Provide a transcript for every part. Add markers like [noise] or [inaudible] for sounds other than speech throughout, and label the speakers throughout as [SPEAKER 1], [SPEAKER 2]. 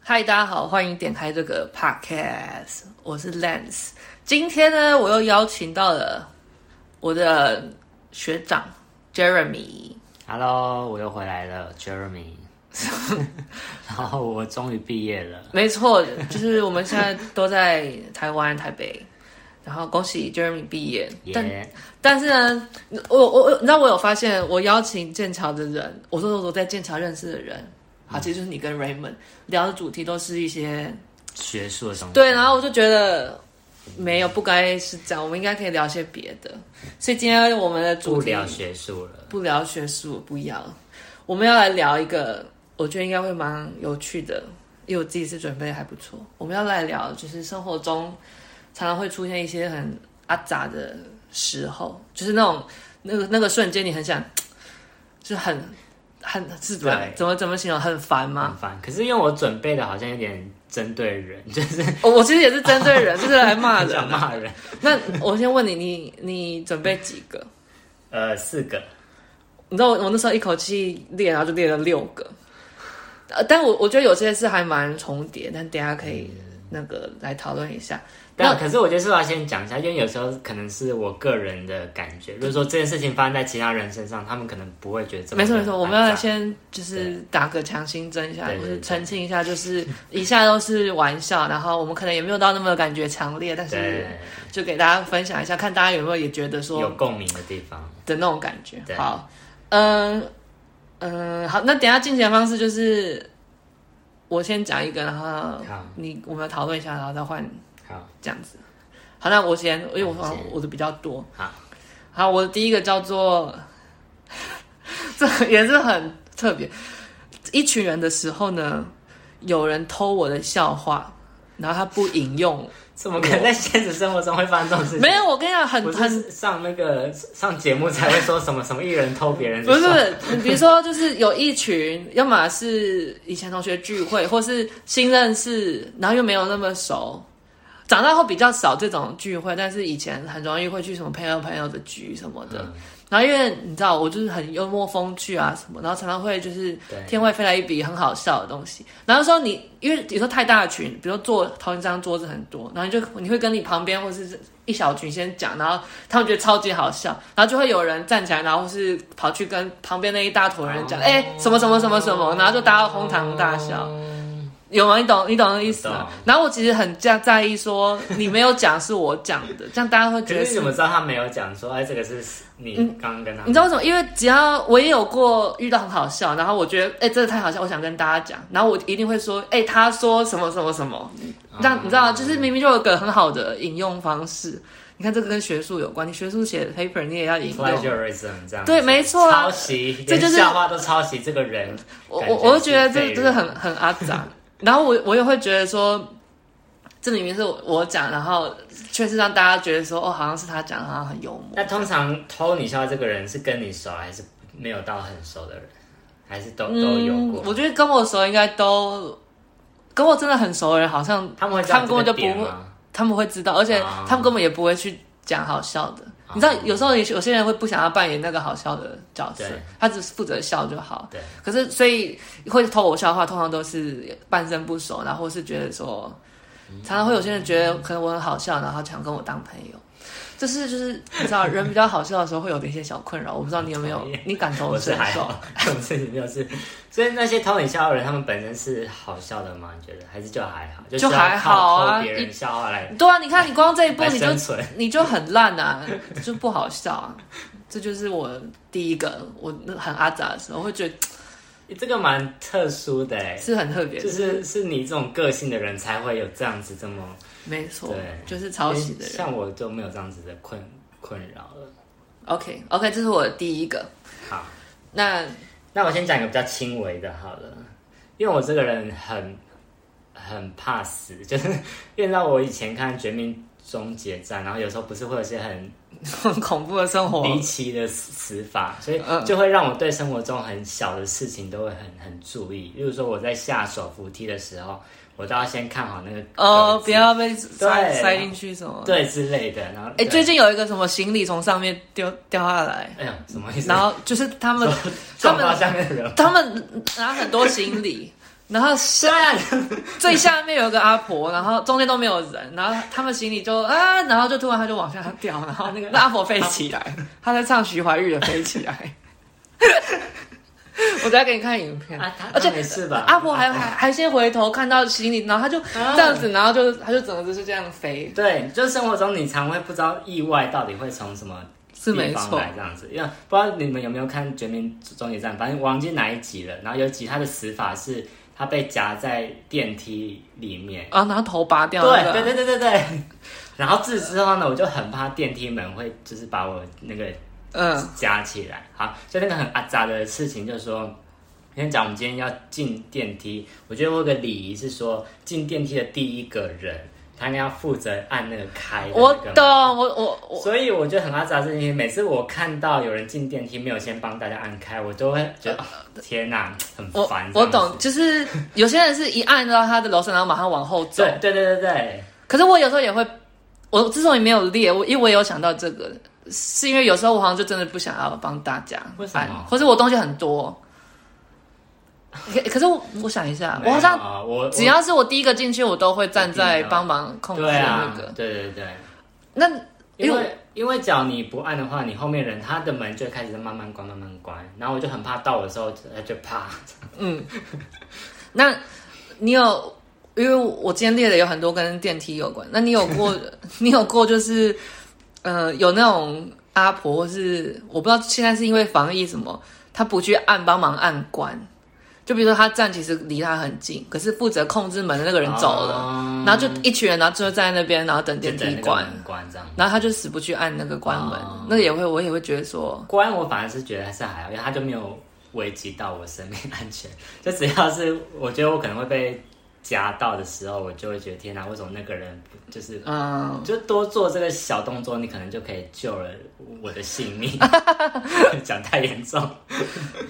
[SPEAKER 1] 嗨，大家好，欢迎点开这个 podcast，我是 Lance。今天呢，我又邀请到了我的学长 Jeremy。
[SPEAKER 2] Hello，我又回来了，Jeremy。然后我终于毕业了，
[SPEAKER 1] 没错，就是我们现在都在台湾台北， [laughs] 然后恭喜 Jeremy 毕业。
[SPEAKER 2] 耶、
[SPEAKER 1] 但但是呢，我我我，你知道我有发现，我邀请剑桥的人，我说我在剑桥认识的人，好，其实就是你跟 Raymond 聊的主题都是一些
[SPEAKER 2] 学术的东西。
[SPEAKER 1] 对，然后我就觉得没有不该是这样，我们应该可以聊些别的。所以今天我们的主
[SPEAKER 2] 不
[SPEAKER 1] 题
[SPEAKER 2] 聊学术了。
[SPEAKER 1] 不聊学术，不要，我们要来聊一个我觉得应该会蛮有趣的，因为我自己是准备得还不错。我们要来聊就是生活中常常会出现一些很阿杂的时候，就是那种那个那个瞬间你很想，就是很很是怎么
[SPEAKER 2] 对
[SPEAKER 1] 怎么怎么形容很烦
[SPEAKER 2] [laughs]
[SPEAKER 1] 吗？
[SPEAKER 2] 很烦，可是因为我准备的好像有点针对人，就是
[SPEAKER 1] 哦我、我其实也是针对人，就是来骂
[SPEAKER 2] 很
[SPEAKER 1] 人
[SPEAKER 2] 想
[SPEAKER 1] 啊。
[SPEAKER 2] 骂人。
[SPEAKER 1] 那 [laughs] 我先问你，你你准备几个？
[SPEAKER 2] 呃，四个，
[SPEAKER 1] 你知道我我那时候一口气列，然后就列了六个，呃，但我我觉得有些是还蛮重叠，但等一下可以那个来讨论一下。
[SPEAKER 2] 但可是我觉得是不是要先讲一下，因为有时候可能是我个人的感觉，就是说这件事情发生在其他人身上，他们可能不会觉得这么
[SPEAKER 1] 没
[SPEAKER 2] 的
[SPEAKER 1] 错没错，我们要
[SPEAKER 2] 肮脏
[SPEAKER 1] 先就是打个强心针一下，
[SPEAKER 2] 对
[SPEAKER 1] 就
[SPEAKER 2] 对
[SPEAKER 1] 是
[SPEAKER 2] 对
[SPEAKER 1] 澄清一下，就是以下都是玩笑，然后我们可能也没有到那么感觉强烈，但是
[SPEAKER 2] 对
[SPEAKER 1] 就给大家分享一下，看大家有没有也觉得说
[SPEAKER 2] 有共鸣的地方。
[SPEAKER 1] 的那种感觉。
[SPEAKER 2] 对
[SPEAKER 1] 好，嗯嗯，好，那等一下进行的方式就是我先讲一个，然后
[SPEAKER 2] 好
[SPEAKER 1] 你我们来讨论一下，然后再换
[SPEAKER 2] 好，
[SPEAKER 1] 这样子。好，那我先，因为我
[SPEAKER 2] 好
[SPEAKER 1] 好
[SPEAKER 2] 你先
[SPEAKER 1] 我的比较多。
[SPEAKER 2] 好，
[SPEAKER 1] 好，我的第一个叫做， [laughs] 这也是很特别。一群人的时候呢，有人偷我的笑话，然后他不引用。
[SPEAKER 2] 怎么可能在现实生活中会发生这种事情？
[SPEAKER 1] 没有，我跟你讲，
[SPEAKER 2] 不
[SPEAKER 1] 很很
[SPEAKER 2] 是上那个上节目才会说什么什么艺人偷别人
[SPEAKER 1] 不
[SPEAKER 2] 的
[SPEAKER 1] 是
[SPEAKER 2] 笑，
[SPEAKER 1] 不是，你比如说就是有一群， [laughs] 要么是以前同学聚会，或是新认识，然后又没有那么熟。长大后比较少这种聚会，但是以前很容易会去什么朋友朋友的局什么的。
[SPEAKER 2] 嗯
[SPEAKER 1] 然后因为你知道我就是很幽默风趣啊什么，然后常常会就是
[SPEAKER 2] 对
[SPEAKER 1] 天外飞来一笔很好笑的东西。然后说你因为有时候太大的群，比如说坐同一张桌子很多，然后你就你会跟你旁边或是一小群先讲，然后他们觉得超级好笑，然后就会有人站起来，然后是跑去跟旁边那一大坨
[SPEAKER 2] 哦
[SPEAKER 1] 人讲，哎、什么什么什么什么，然后就大家哄堂大笑。有吗？你懂你懂那意思
[SPEAKER 2] 我
[SPEAKER 1] 吗
[SPEAKER 2] 懂？
[SPEAKER 1] 然后我其实很在在意说你没有讲是我讲的，这样大家会觉
[SPEAKER 2] 可
[SPEAKER 1] 得
[SPEAKER 2] 是你怎么知道他没有讲说，哎，这个是你刚刚跟他
[SPEAKER 1] 嗯
[SPEAKER 2] 们？
[SPEAKER 1] 你知道为什么？因为只要我也有过遇到很好笑，然后我觉得哎、真的太好笑，我想跟大家讲，然后我一定会说哎、他说什么什么什么，
[SPEAKER 2] 嗯
[SPEAKER 1] 让你知道，就是明明就有个很好的引用方式。你看这个跟学术有关，你学术写的 paper 你也要引用。
[SPEAKER 2] plagiarism 这样子
[SPEAKER 1] 对没错啊
[SPEAKER 2] 抄袭，
[SPEAKER 1] 这就是
[SPEAKER 2] 连笑话都抄袭这个人。
[SPEAKER 1] 我
[SPEAKER 2] 感
[SPEAKER 1] 我我就
[SPEAKER 2] 是
[SPEAKER 1] 觉得
[SPEAKER 2] 被
[SPEAKER 1] 这
[SPEAKER 2] 人
[SPEAKER 1] 真的很很阿杂， [laughs] 然后我我也会觉得说，这里面是我我讲，然后确实让大家觉得说哦，好像是他讲，好像很幽默。
[SPEAKER 2] 那通常偷你笑话这个人是跟你熟还是没有到很熟的人，还是都都有
[SPEAKER 1] 嗯，
[SPEAKER 2] 过？
[SPEAKER 1] 我觉得跟我熟应该都，跟我真的很熟的人好像
[SPEAKER 2] 他们会知
[SPEAKER 1] 他
[SPEAKER 2] 道
[SPEAKER 1] 们根
[SPEAKER 2] 这
[SPEAKER 1] 本就
[SPEAKER 2] 个
[SPEAKER 1] 不
[SPEAKER 2] 点
[SPEAKER 1] 会
[SPEAKER 2] 吗？
[SPEAKER 1] 他们会知道，而且
[SPEAKER 2] 啊
[SPEAKER 1] 他们根本也不会去讲好笑的。你知道，有时候也有些人会不想要扮演那个好笑的角色
[SPEAKER 2] 对，
[SPEAKER 1] 他只是负责笑就好。
[SPEAKER 2] 对，
[SPEAKER 1] 可是所以会偷我笑话，通常都是半生不熟，然后或是觉得说，
[SPEAKER 2] 嗯
[SPEAKER 1] 常常会有些人觉得可能我很好笑，然后想跟我当朋友。这是就是你知道，人比较好笑的时候会有的一些小困扰，我不知道你有没有
[SPEAKER 2] 讨厌，
[SPEAKER 1] 你感同
[SPEAKER 2] 我是
[SPEAKER 1] 身
[SPEAKER 2] 还
[SPEAKER 1] 受？
[SPEAKER 2] [laughs] 好，我自己没有是。所以那些偷你笑话的人，他们本身是好笑的吗？你觉得还是就还好？就
[SPEAKER 1] 就
[SPEAKER 2] 需要
[SPEAKER 1] 还好啊
[SPEAKER 2] 靠偷别
[SPEAKER 1] 一
[SPEAKER 2] 人笑话来
[SPEAKER 1] 对啊，你看你光这一步
[SPEAKER 2] 来
[SPEAKER 1] 你就
[SPEAKER 2] 生存。
[SPEAKER 1] 你就很烂啊，就不好笑啊。这就是我第一个，我很阿杂的时候，我会觉得
[SPEAKER 2] 这个蛮特殊的哎，
[SPEAKER 1] 是很特别
[SPEAKER 2] 就
[SPEAKER 1] 的，
[SPEAKER 2] 是是你这种个性的人才会有这样子这么
[SPEAKER 1] 没错
[SPEAKER 2] 对，
[SPEAKER 1] 就是抄袭的人。
[SPEAKER 2] 像我就没有这样子的困困扰了。
[SPEAKER 1] OK OK，这是我的第一个。
[SPEAKER 2] 哎好，
[SPEAKER 1] 那 [laughs]
[SPEAKER 2] 那我先讲一个比较轻微的好了，因为我这个人很很怕死， [laughs] 就是因为到我以前看《绝命终结战》，然后有时候不是会有一些很
[SPEAKER 1] 很恐怖的生活，
[SPEAKER 2] 离奇的死法，所以
[SPEAKER 1] 哦嗯
[SPEAKER 2] 就会让我对生活中很小的事情都会很很注意。例如说我在下手扶梯的时候，我都要先看好那个
[SPEAKER 1] 哦，
[SPEAKER 2] 格子
[SPEAKER 1] 不要被塞
[SPEAKER 2] 对啊
[SPEAKER 1] 塞进去什么。
[SPEAKER 2] 对之类的。然后
[SPEAKER 1] 哎，
[SPEAKER 2] 对
[SPEAKER 1] 最近有一个什么行李从上面掉掉下来，
[SPEAKER 2] 哎呀，什么意思？
[SPEAKER 1] 然后就是他们他
[SPEAKER 2] [laughs] 撞到
[SPEAKER 1] 们
[SPEAKER 2] 下面的
[SPEAKER 1] [laughs]
[SPEAKER 2] 人，
[SPEAKER 1] 他们拿很多行李，然后虽然最下面有一个阿婆，然后中间都没有人，然后他们行李就啊，然后就突然他就往下掉，然后那 [laughs] 个那阿婆飞起来，他在唱徐怀钰的《飞起来》 [laughs] ，我再给你看影片。
[SPEAKER 2] 啊，他
[SPEAKER 1] [laughs] 而且
[SPEAKER 2] 他没事吧？
[SPEAKER 1] 阿婆还还还先回头看到行李，然后他就这样子，然后就他就整个就是这样飞，
[SPEAKER 2] 对，就是生活中你常会不知道意外到底会从什么
[SPEAKER 1] 是没
[SPEAKER 2] 地方
[SPEAKER 1] 错。
[SPEAKER 2] 来这样子，因为不知道你们有没有看《绝命终结站》，反正忘记哪一集了。然后有几他的死法是他被夹在电梯里面，
[SPEAKER 1] 啊，然后头拔掉，那个
[SPEAKER 2] 对对对对对对。 [laughs] 然后自此之后呢，我就很怕电梯门会就是把我那个
[SPEAKER 1] 嗯，
[SPEAKER 2] 加起来。好，所以那个很阿杂的事情就是说，先讲我们今天要进电梯，我觉得我有个礼仪是说，进电梯的第一个人，他应该要负责按那个开的
[SPEAKER 1] 我
[SPEAKER 2] 那个门
[SPEAKER 1] 懂，我我我
[SPEAKER 2] 所以我觉得很阿杂的事情，每次我看到有人进电梯没有先帮大家按开，我都会觉得、啊天哪、很
[SPEAKER 1] 呃我
[SPEAKER 2] 烦。
[SPEAKER 1] 我
[SPEAKER 2] 这样
[SPEAKER 1] 懂
[SPEAKER 2] 子，
[SPEAKER 1] 就是有些人是一按到他的楼层，然后马上往后走。
[SPEAKER 2] 对对对对对，
[SPEAKER 1] 可是我有时候也会，我之所以没有列，我因为我有想到这个，是因为有时候我好像就真的不想要帮大家按，
[SPEAKER 2] 为什么
[SPEAKER 1] 或者我东西很多。可可是我我想一下，我好像
[SPEAKER 2] 没有啊我
[SPEAKER 1] 只要是我第一个进去，我都会站在
[SPEAKER 2] 我第一个
[SPEAKER 1] 帮忙控制
[SPEAKER 2] 对
[SPEAKER 1] 那
[SPEAKER 2] 啊
[SPEAKER 1] 个。，
[SPEAKER 2] 对对对，
[SPEAKER 1] 那因
[SPEAKER 2] 因
[SPEAKER 1] 为
[SPEAKER 2] 为因为只要你不按的话，你后面人他的门就会开始慢慢关，慢慢关，然后我就很怕到我的时候，他就啪，
[SPEAKER 1] 那你有，因为我今天列的有很多跟电梯有关，那你有 [laughs] 过，你有过就是，呃，有那种阿婆或是我不知道现在是因为防疫什么，她不去按帮忙按关，就比如说她站其实离她很近，可是负责控制门的那个人走了，
[SPEAKER 2] 哦
[SPEAKER 1] 然后就一群人，然后就站在那边，然后等
[SPEAKER 2] 就
[SPEAKER 1] 电
[SPEAKER 2] 等
[SPEAKER 1] 梯
[SPEAKER 2] 那个
[SPEAKER 1] 关，
[SPEAKER 2] 门关这样。
[SPEAKER 1] 然后她就死不去按那个关门，
[SPEAKER 2] 哦
[SPEAKER 1] 那个也会我也会觉得说，
[SPEAKER 2] 关我反而是觉得还是还好，因为他就没有危及到我生命安全。就只要是我觉得我可能会被夹到的时候，我就会觉得天哪、为什么那个人不就是
[SPEAKER 1] 嗯，
[SPEAKER 2] 就多做这个小动作，你可能就可以救了我的 [laughs] 性命。讲太严重，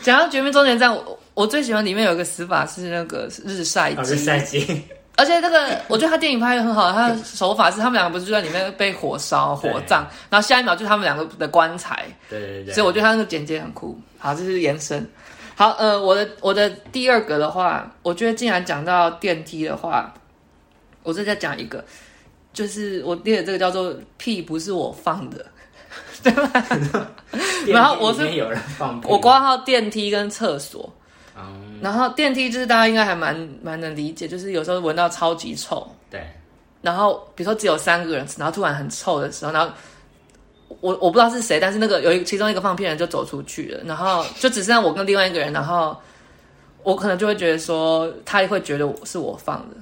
[SPEAKER 1] 讲到《绝命终结站》，我我最喜欢里面有一个死法是那个哦日晒
[SPEAKER 2] 我
[SPEAKER 1] 机
[SPEAKER 2] 是。赛季
[SPEAKER 1] 而且这个，我觉得他电影拍的很好，他的手法是他们两个不是就在里面被火烧、
[SPEAKER 2] 对
[SPEAKER 1] 火葬，然后下一秒就是他们两个的棺材，
[SPEAKER 2] 对对对，
[SPEAKER 1] 所以我觉得他那个简介很酷。好，这是延伸。好，呃，我的我的第二个的话，我觉得既然讲到电梯的话，我这再讲一个，就是我列的这个叫做“屁不是我放的”，
[SPEAKER 2] 电梯
[SPEAKER 1] 然后我是
[SPEAKER 2] 里面有人放屁
[SPEAKER 1] 我挂号电梯跟厕所。
[SPEAKER 2] 嗯
[SPEAKER 1] 然后电梯就是大家应该还蛮蛮能理解，就是有时候闻到超级臭，
[SPEAKER 2] 对，
[SPEAKER 1] 然后比如说只有三个人，然后突然很臭的时候，然后我我不知道是谁，但是那个有一其中一个放屁人就走出去了，然后就只剩下我跟另外一个人，然后我可能就会觉得说，他会觉得是我放的，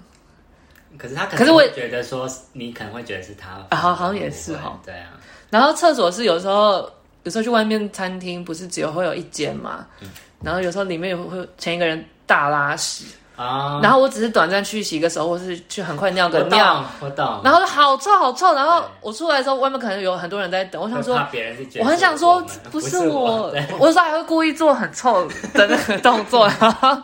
[SPEAKER 2] 可是他
[SPEAKER 1] 可是我
[SPEAKER 2] 会觉得说你可能会觉得是他
[SPEAKER 1] 啊好好像也是
[SPEAKER 2] 哈
[SPEAKER 1] 哦，
[SPEAKER 2] 对啊，
[SPEAKER 1] 然后厕所是有时候有时候去外面餐厅不是只有会有一间嘛，
[SPEAKER 2] 嗯
[SPEAKER 1] 然后有时候里面也会会前一个人大拉屎，
[SPEAKER 2] 啊，
[SPEAKER 1] 然后我只是短暂去洗个手，或是去很快尿
[SPEAKER 2] 我
[SPEAKER 1] 个
[SPEAKER 2] 懂
[SPEAKER 1] 尿。
[SPEAKER 2] 我懂，
[SPEAKER 1] 然后就好臭好臭，然后
[SPEAKER 2] 对
[SPEAKER 1] 我出来的时候，外面可能有很多人在等。我
[SPEAKER 2] 我
[SPEAKER 1] 想说，
[SPEAKER 2] 怕别人是觉
[SPEAKER 1] 我
[SPEAKER 2] 得
[SPEAKER 1] 很想说
[SPEAKER 2] 是我，们
[SPEAKER 1] 不
[SPEAKER 2] 是
[SPEAKER 1] 是我，
[SPEAKER 2] 对
[SPEAKER 1] 我有时候还会故意做很臭的那个动作，然后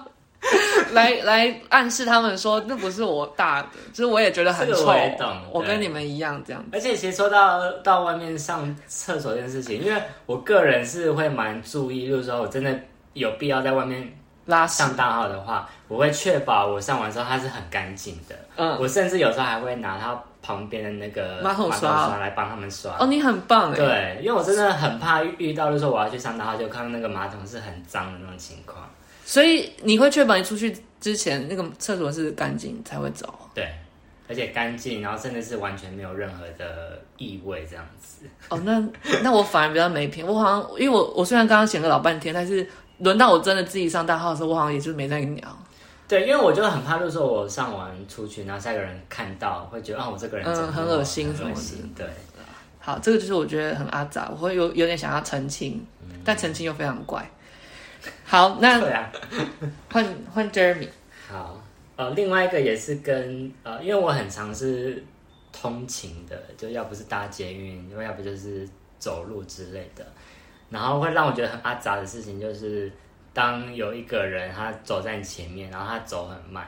[SPEAKER 1] 来来暗示他们说那不是我大的，就是我也觉得很
[SPEAKER 2] 这
[SPEAKER 1] 臭
[SPEAKER 2] 个我也懂，
[SPEAKER 1] 我跟
[SPEAKER 2] 对
[SPEAKER 1] 你们一样这样。
[SPEAKER 2] 而且其实说到到外面上厕所这件事情，因为我个人是会蛮注意，就是说我真的有必要在外面
[SPEAKER 1] 拉屎，
[SPEAKER 2] 上大号的话，我会确保我上完之后它是很干净的。
[SPEAKER 1] 嗯，
[SPEAKER 2] 我甚至有时候还会拿它旁边的那个
[SPEAKER 1] 马桶刷
[SPEAKER 2] 来帮他们刷。
[SPEAKER 1] 哦，你很棒哎，
[SPEAKER 2] 对，因为我真的很怕遇遇到，就是说我要去上大号，就看到那个马桶是很脏的那种情况。
[SPEAKER 1] 所以你会确保你出去之前那个厕所是干净才会走。
[SPEAKER 2] 对，而且干净，然后甚至是完全没有任何的异味这样子。
[SPEAKER 1] 哦，那那我反而比较没品，我好像因为我我虽然刚刚闲了老半天，但是轮到我真的自己上大号的时候，我好像也就没在鸟。
[SPEAKER 2] 对，因为我就很怕，就是说我上完出去，然后下一个人看到，会觉得啊，我这个人
[SPEAKER 1] 嗯
[SPEAKER 2] 怎么
[SPEAKER 1] 很
[SPEAKER 2] 那么
[SPEAKER 1] 恶心
[SPEAKER 2] 很
[SPEAKER 1] 什么
[SPEAKER 2] 恶
[SPEAKER 1] 的
[SPEAKER 2] 心。对，
[SPEAKER 1] 好，这个就是我觉得很阿杂，我会有有点想要澄清，但澄清又非常怪。好，那
[SPEAKER 2] 对啊。
[SPEAKER 1] 换换 Jeremy，
[SPEAKER 2] 好，呃，另外一个也是跟呃，因为我很常是通勤的，就要不是搭捷运，要不就是走路之类的。然后会让我觉得很阿杂的事情就是，当有一个人他走在你前面，然后他走很慢，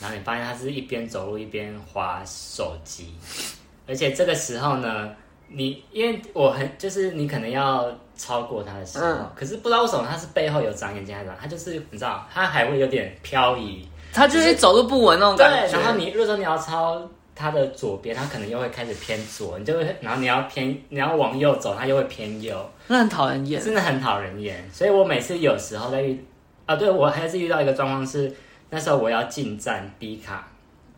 [SPEAKER 2] 然后你发现他是一边走路一边滑手机，而且这个时候呢，你因为我很就是你可能要超过他的时候，
[SPEAKER 1] 嗯
[SPEAKER 2] 可是不知道为什么他是背后有长眼睛还是怎么样，他就是你知道他还会有点漂移，
[SPEAKER 1] 他就是走路不稳那种
[SPEAKER 2] 对，
[SPEAKER 1] 感觉。
[SPEAKER 2] 然后你如果说你要抄它的左边，它可能又会开始偏左，你就会，然后你要偏，你要往右走，它又会偏右，
[SPEAKER 1] 那很讨人厌。
[SPEAKER 2] 真的很讨人厌。所以我每次有时候在遇，啊，对我还是遇到一个状况是，那时候我要进站 B 卡，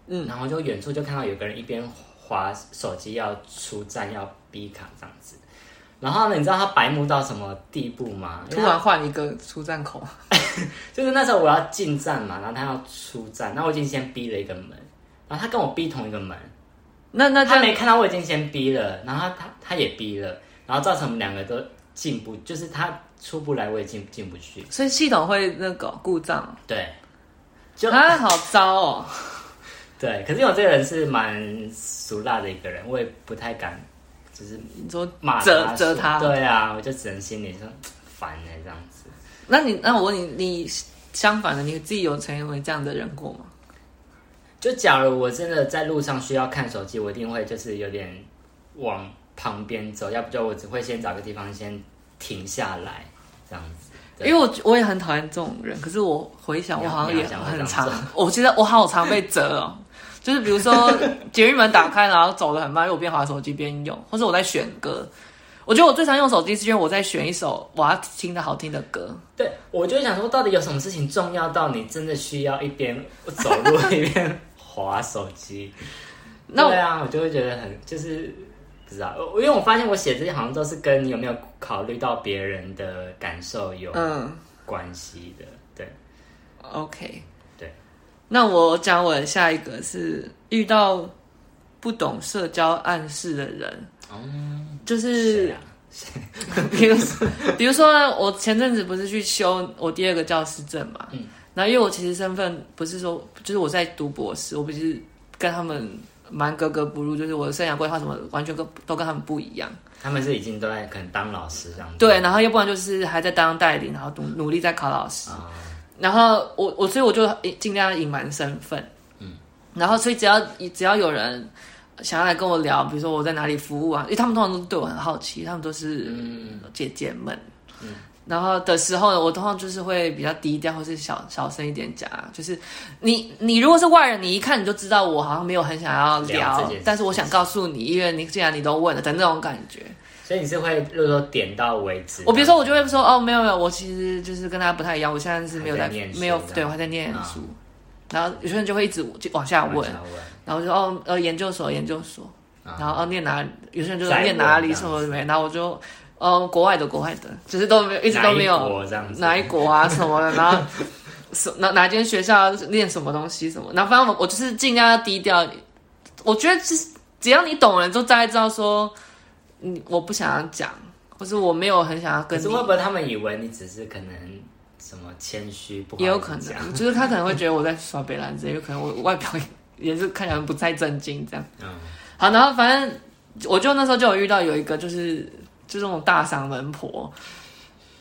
[SPEAKER 1] 嗯，
[SPEAKER 2] 然后就远处就看到有个人一边滑手机要出站要 B 卡这样子。然后呢，你知道他白目到什么地步吗？
[SPEAKER 1] 突
[SPEAKER 2] 因为他
[SPEAKER 1] 然换一个出站口，
[SPEAKER 2] 就是那时候我要进站嘛，然后他要出站，那我已经先逼了一个门，然后他跟我逼同一个门，
[SPEAKER 1] 那那这
[SPEAKER 2] 他
[SPEAKER 1] 样
[SPEAKER 2] 没看到我已经先逼了，然后他他他也逼了，然后造成我们两个都进不，就是他出不来，我也进进不去，
[SPEAKER 1] 所以系统会那个故障哦，
[SPEAKER 2] 对，就
[SPEAKER 1] 啊，好糟哦。
[SPEAKER 2] 对。可是因为我这个人是蛮俗辣的一个人，我也不太敢就是
[SPEAKER 1] 你说
[SPEAKER 2] 骂
[SPEAKER 1] 责
[SPEAKER 2] 他，
[SPEAKER 1] 责他
[SPEAKER 2] 对啊，我就只能心里说烦呢、这样子。
[SPEAKER 1] 那你那我问你，你相反的，你自己有成为这样的人过吗？
[SPEAKER 2] 就假如我真的在路上需要看手机，我一定会就是有点往旁边走，要不就我只会先找个地方先停下来，这样子。对
[SPEAKER 1] 因为我我也很讨厌这种人，可是我回想，
[SPEAKER 2] 你
[SPEAKER 1] 我
[SPEAKER 2] 好
[SPEAKER 1] 好像也
[SPEAKER 2] 你好像会
[SPEAKER 1] 很
[SPEAKER 2] 这
[SPEAKER 1] 常
[SPEAKER 2] 样， [laughs]
[SPEAKER 1] 我觉得我好常被责哦。就是比如说捷运门打开，然后走得很慢，因为我边滑手机边用，或者我在选歌。我觉得我最常用手机是因为我在选一首我要听的好听的歌。
[SPEAKER 2] 对，我就会想说，到底有什么事情重要到你真的需要一边走路一边划手机？
[SPEAKER 1] [laughs] 那我
[SPEAKER 2] 对啊，我就会觉得很就是不知道，我因为我发现我写这些好像都是跟你有没有考虑到别人的感受有
[SPEAKER 1] 嗯
[SPEAKER 2] 关系的。对，
[SPEAKER 1] ，OK，
[SPEAKER 2] 对。
[SPEAKER 1] 那我讲我的下一个是遇到不懂社交暗示的人，就
[SPEAKER 2] 哦谁
[SPEAKER 1] 是
[SPEAKER 2] 啊
[SPEAKER 1] [laughs] 比如说，比如说呢，我前阵子不是去修我第二个教师证嘛，嗯，然后因为我其实身份不是说，就是我在读博士，我不是跟他们蛮格格不入，就是我的生涯规划什么完全跟都跟他们不一样，
[SPEAKER 2] 他们是已经都在可能当老师这样子。
[SPEAKER 1] 对，然后要不然就是还在当代理，然后努努力在考老师，
[SPEAKER 2] 啊、
[SPEAKER 1] 然后我我所以我就尽量隐瞒身份，嗯，然后所以只要只要有人想要来跟我聊，比如说我在哪里服务啊，因为他们通常都对我很好奇，他们都是姐姐们，嗯，然后的时候呢，我通常就是会比较低调，或是小小声一点讲啊，就是你你如果是外人，你一看你就知道我好像没有很想要
[SPEAKER 2] 聊这
[SPEAKER 1] 聊
[SPEAKER 2] 件事，
[SPEAKER 1] 但是我想告诉你，因为你既然你都问了的那种感觉，
[SPEAKER 2] 所以你是会，就是说点到为止。啊
[SPEAKER 1] 我比如说，我就会说哦，没有没有，我其实就是跟他不太一样，我现在是没有
[SPEAKER 2] 还
[SPEAKER 1] 在
[SPEAKER 2] 在念书
[SPEAKER 1] 没有
[SPEAKER 2] 这样啊
[SPEAKER 1] 对，我还在念书。然后有些人就会一直就往下
[SPEAKER 2] 往
[SPEAKER 1] 问，
[SPEAKER 2] 下问，
[SPEAKER 1] 然后就哦呃研究所研究所，
[SPEAKER 2] 啊
[SPEAKER 1] 然后哦念哪里，有些人就
[SPEAKER 2] 再
[SPEAKER 1] 是念
[SPEAKER 2] 问
[SPEAKER 1] 哪里
[SPEAKER 2] 这样
[SPEAKER 1] 什么什么，然后我就哦国外的国外的，只是都没有一直都没
[SPEAKER 2] 哪一
[SPEAKER 1] 有
[SPEAKER 2] 国这样子，
[SPEAKER 1] 哪一国啊什么的，然后什哪哪间学校念什么东西什么，然后反正我我就是尽量要低调，我觉得就是只要你懂了，就大概知道说，嗯我不想要讲，或是我没有很想要
[SPEAKER 2] 可
[SPEAKER 1] 跟
[SPEAKER 2] 是
[SPEAKER 1] 你
[SPEAKER 2] 会不会他们以为你只是可能什么谦虚，不好
[SPEAKER 1] 也有可
[SPEAKER 2] 讲
[SPEAKER 1] 能，就是他可能会觉得我在耍北兰子，有可能我外表 [laughs] 也是看起来不太正经这样。
[SPEAKER 2] 嗯，
[SPEAKER 1] 好，然后反正我就那时候就有遇到有一个就是就这种大嗓门婆，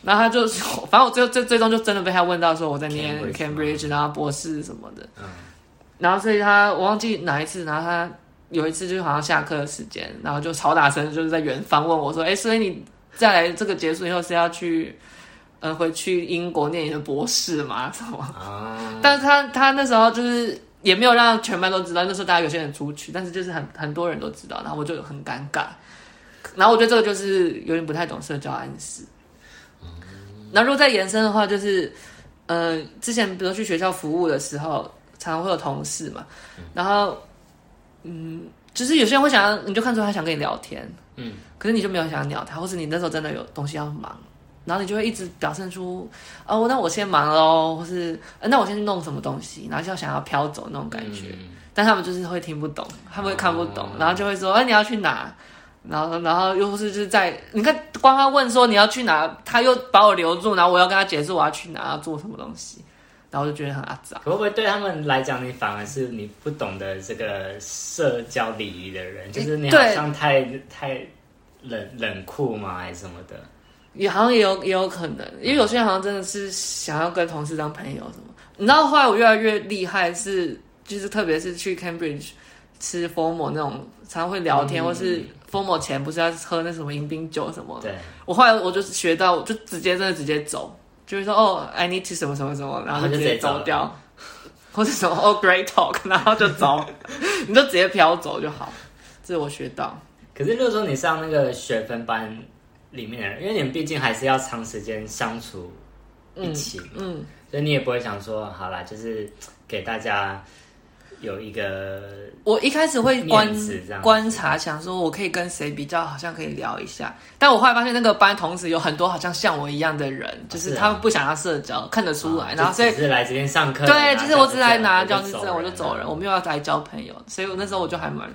[SPEAKER 1] 然后他就说， [laughs] 反正我最最最终就真的被他问到说我在念
[SPEAKER 2] Cambridge
[SPEAKER 1] Cambridge 然后博士什么的，
[SPEAKER 2] 嗯
[SPEAKER 1] 然后所以他我忘记哪一次，然后他有一次就是好像下课的时间，然后就超大声就是在远方问我说，哎、所以你再来这个结束以后是要去呃回去英国念你的博士吗？什么？
[SPEAKER 2] 啊，
[SPEAKER 1] 但是他他那时候就是也没有让全班都知道，那时候大家有些人出去，但是就是很很多人都知道，然后我就很尴尬。然后我觉得这个就是有点不太懂社交暗示。那如果再延伸的话，就是呃，之前比如去学校服务的时候，常常会有同事嘛，然后嗯，就是有些人会想要，你就看出他想跟你聊天，
[SPEAKER 2] 嗯，
[SPEAKER 1] 可是你就没有想要鸟他，或者你那时候真的有东西要忙，然后你就会一直表现出哦，那我先忙喽，或是、呃那我先去弄什么东西，然后就想要飘走那种感觉。
[SPEAKER 2] 嗯
[SPEAKER 1] 但他们就是会听不懂，他们会看不懂，
[SPEAKER 2] 哦
[SPEAKER 1] 然后就会说：“哎、你要去哪？”然后，然后又是就是在你看，光他问哦说你要去哪，他又把我留住，然后我要跟他解释我要去哪，要做什么东西，然后我就觉得很阿杂。
[SPEAKER 2] 可会不会对他们来讲，你反而是你不懂得这个社交礼仪的人，就是你好
[SPEAKER 1] 对
[SPEAKER 2] 像太太冷冷酷吗，还是什么的？
[SPEAKER 1] 也好像也有也有可能，因为有些人好像真的是想要跟同事当朋友什么。你知道后来我越来越厉害是，就是特别是去 Cambridge 吃 formal 那种，常常会聊天，
[SPEAKER 2] 嗯
[SPEAKER 1] 或是 formal 前不是要喝那什么迎宾酒什么的。
[SPEAKER 2] 对，
[SPEAKER 1] 我后来我就是学到，我就直接真的直接走，就是说哦，I need to 什么什么什么，然后
[SPEAKER 2] 然后就
[SPEAKER 1] 直
[SPEAKER 2] 直接
[SPEAKER 1] 走
[SPEAKER 2] 走
[SPEAKER 1] 掉。 [laughs] 或是什么 oh great talk，然后就
[SPEAKER 2] [laughs]
[SPEAKER 1] 走，你就直接飘走就好。这我学到。
[SPEAKER 2] 可是，如果说你上那个学分班里面的人，因为你们毕竟还是要长时间相处一起嘛，
[SPEAKER 1] 嗯，
[SPEAKER 2] 所以你也不会想说，好啦，就是给大家有一个
[SPEAKER 1] 我一开始会观
[SPEAKER 2] 面子这样子
[SPEAKER 1] 观察，想说我可以跟谁比较，好像可以聊一下。但我后来发现，那个班同时有很多好像像我一样的人，就是
[SPEAKER 2] 是啊
[SPEAKER 1] 他们不想要社交，看得出来，然后所以
[SPEAKER 2] 啊就只是来这边上课，
[SPEAKER 1] 对，
[SPEAKER 2] 拿
[SPEAKER 1] 啊就是我只来拿
[SPEAKER 2] 教
[SPEAKER 1] 教
[SPEAKER 2] 师
[SPEAKER 1] 师
[SPEAKER 2] 证
[SPEAKER 1] 证，我就走人，我啊
[SPEAKER 2] 了。
[SPEAKER 1] 没有要来交朋友，所以我那时候我就还蛮，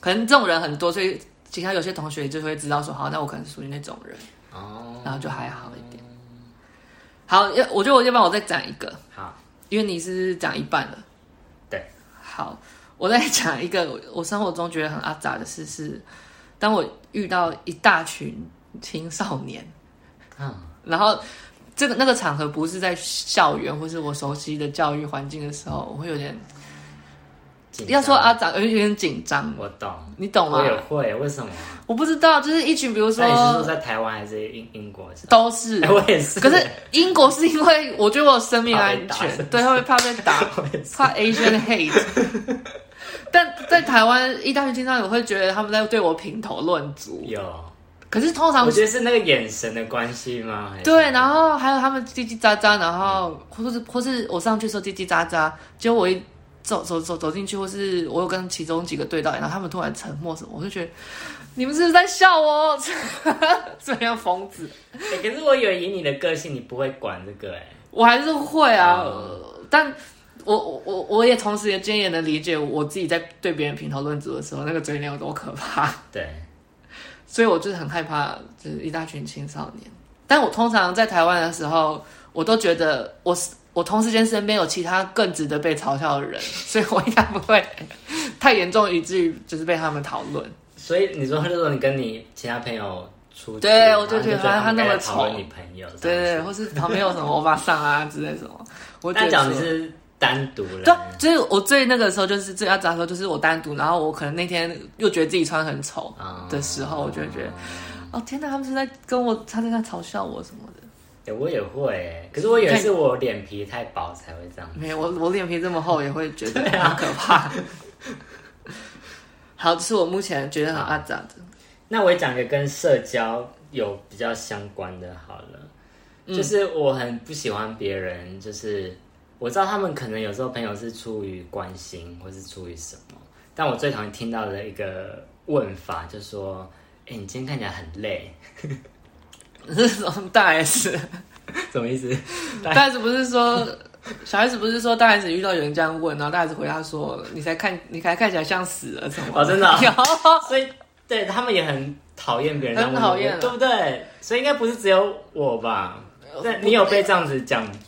[SPEAKER 1] 可能这种人很多，所以其他有些同学就会知道说，好，那我可能属于那种人，
[SPEAKER 2] 哦，
[SPEAKER 1] 然后就还好一点。好，要我觉得我要不然我再讲一个，
[SPEAKER 2] 好，
[SPEAKER 1] 因为你是讲一半了。
[SPEAKER 2] 对，
[SPEAKER 1] 好，我再讲一个我我生活中觉得很阿杂的事是，当我遇到一大群青少年，
[SPEAKER 2] 嗯，
[SPEAKER 1] 然后这个那个场合不是在校园或是我熟悉的教育环境的时候，我会有点
[SPEAKER 2] 紧张
[SPEAKER 1] 要说啊阿长有有点紧张，
[SPEAKER 2] 我懂，
[SPEAKER 1] 你懂吗
[SPEAKER 2] 我？也会，为什么？
[SPEAKER 1] 我不知道，就是一群，比如
[SPEAKER 2] 那你是说
[SPEAKER 1] 说
[SPEAKER 2] 在台湾还是英英国上？
[SPEAKER 1] 都是
[SPEAKER 2] 哎，，我也是，
[SPEAKER 1] 可是英国是因为我觉得我有生命安
[SPEAKER 2] 怕被打是不
[SPEAKER 1] 全，
[SPEAKER 2] 是
[SPEAKER 1] 对，会怕被
[SPEAKER 2] [laughs]
[SPEAKER 1] 打，怕 Asian hate。但在台湾，一大群青少年我会觉得他们在对我评头论足，
[SPEAKER 2] [laughs] 有，
[SPEAKER 1] 可是通常
[SPEAKER 2] 我觉得是那个眼神的关系吗？还是嗯
[SPEAKER 1] 对，然后还有他们叽叽喳喳，然后或是或是我上去说叽叽喳喳，结果我一走走走走进去，或是我有跟其中几个对到眼，然后他们突然沉默什么，我就觉得你们是不是在笑我？ [laughs] 这样疯子，
[SPEAKER 2] 欸可是我以为以你的个性，你不会管这个哎、
[SPEAKER 1] 我还是会啊，
[SPEAKER 2] 哦
[SPEAKER 1] 但。我我我我也同时也今天也能理解我自己在对别人评头论足的时候，那个嘴脸有多可怕。
[SPEAKER 2] 对，
[SPEAKER 1] 所以我就是很害怕，就是一大群青少年。但我通常在台湾的时候，我都觉得我是我同时间身边有其他更值得被嘲笑的人， [laughs] 所以我应该不会太严重，以至于就是被他们讨论。
[SPEAKER 2] 所以你说，如果你跟你其他朋友出去，
[SPEAKER 1] 对
[SPEAKER 2] 然后
[SPEAKER 1] 我就
[SPEAKER 2] 你
[SPEAKER 1] 觉得
[SPEAKER 2] 他
[SPEAKER 1] 他
[SPEAKER 2] 们
[SPEAKER 1] 那么
[SPEAKER 2] 该讨论
[SPEAKER 1] 丑
[SPEAKER 2] 你朋友，
[SPEAKER 1] 对对，对，。或是旁边有什么欧巴桑啊之类什 [laughs] 么，我觉
[SPEAKER 2] 但
[SPEAKER 1] 得
[SPEAKER 2] 讲
[SPEAKER 1] 说
[SPEAKER 2] 你是单独人，
[SPEAKER 1] 对，就是我最那个时候就是最要讲说，就是我单独，然后我可能那天又觉得自己穿很丑
[SPEAKER 2] 啊
[SPEAKER 1] 的时候，我就会觉得，哦天哪，他们是在跟我他在那嘲笑我什么的。
[SPEAKER 2] 欸我也会、欸，可是我以为是我脸皮太薄才会这样。
[SPEAKER 1] 没有，我我脸皮这么
[SPEAKER 2] 嗯
[SPEAKER 1] 厚也会觉得
[SPEAKER 2] 啊
[SPEAKER 1] 很可怕。 [laughs] 好，这是我目前觉得很阿杂的。
[SPEAKER 2] 那我也讲一个跟社交有比较相关的好了，
[SPEAKER 1] 嗯
[SPEAKER 2] 就是我很不喜欢别人，就是我知道他们可能有时候朋友是出于关心或是出于什么，但我最讨厌听到的一个问法就是说：“哎、你今天看起来很累， [laughs]
[SPEAKER 1] [laughs]
[SPEAKER 2] 嗯
[SPEAKER 1] 这种大 S，
[SPEAKER 2] 什么
[SPEAKER 1] [laughs]
[SPEAKER 2] 意思？”
[SPEAKER 1] 大 S 不是说小 S 不是说大 S 遇到有人这样问，然后大 S 回答说：“你才看，你才看起来像死了什么？”
[SPEAKER 2] 哦真的啊
[SPEAKER 1] 有，
[SPEAKER 2] 所以对他们也很讨厌别人这样
[SPEAKER 1] 很
[SPEAKER 2] 问我，
[SPEAKER 1] 讨厌啊
[SPEAKER 2] 对不对？所以应该不是只有我吧？
[SPEAKER 1] 呃
[SPEAKER 2] 那你有
[SPEAKER 1] 啊
[SPEAKER 2] 被这样子讲？讲过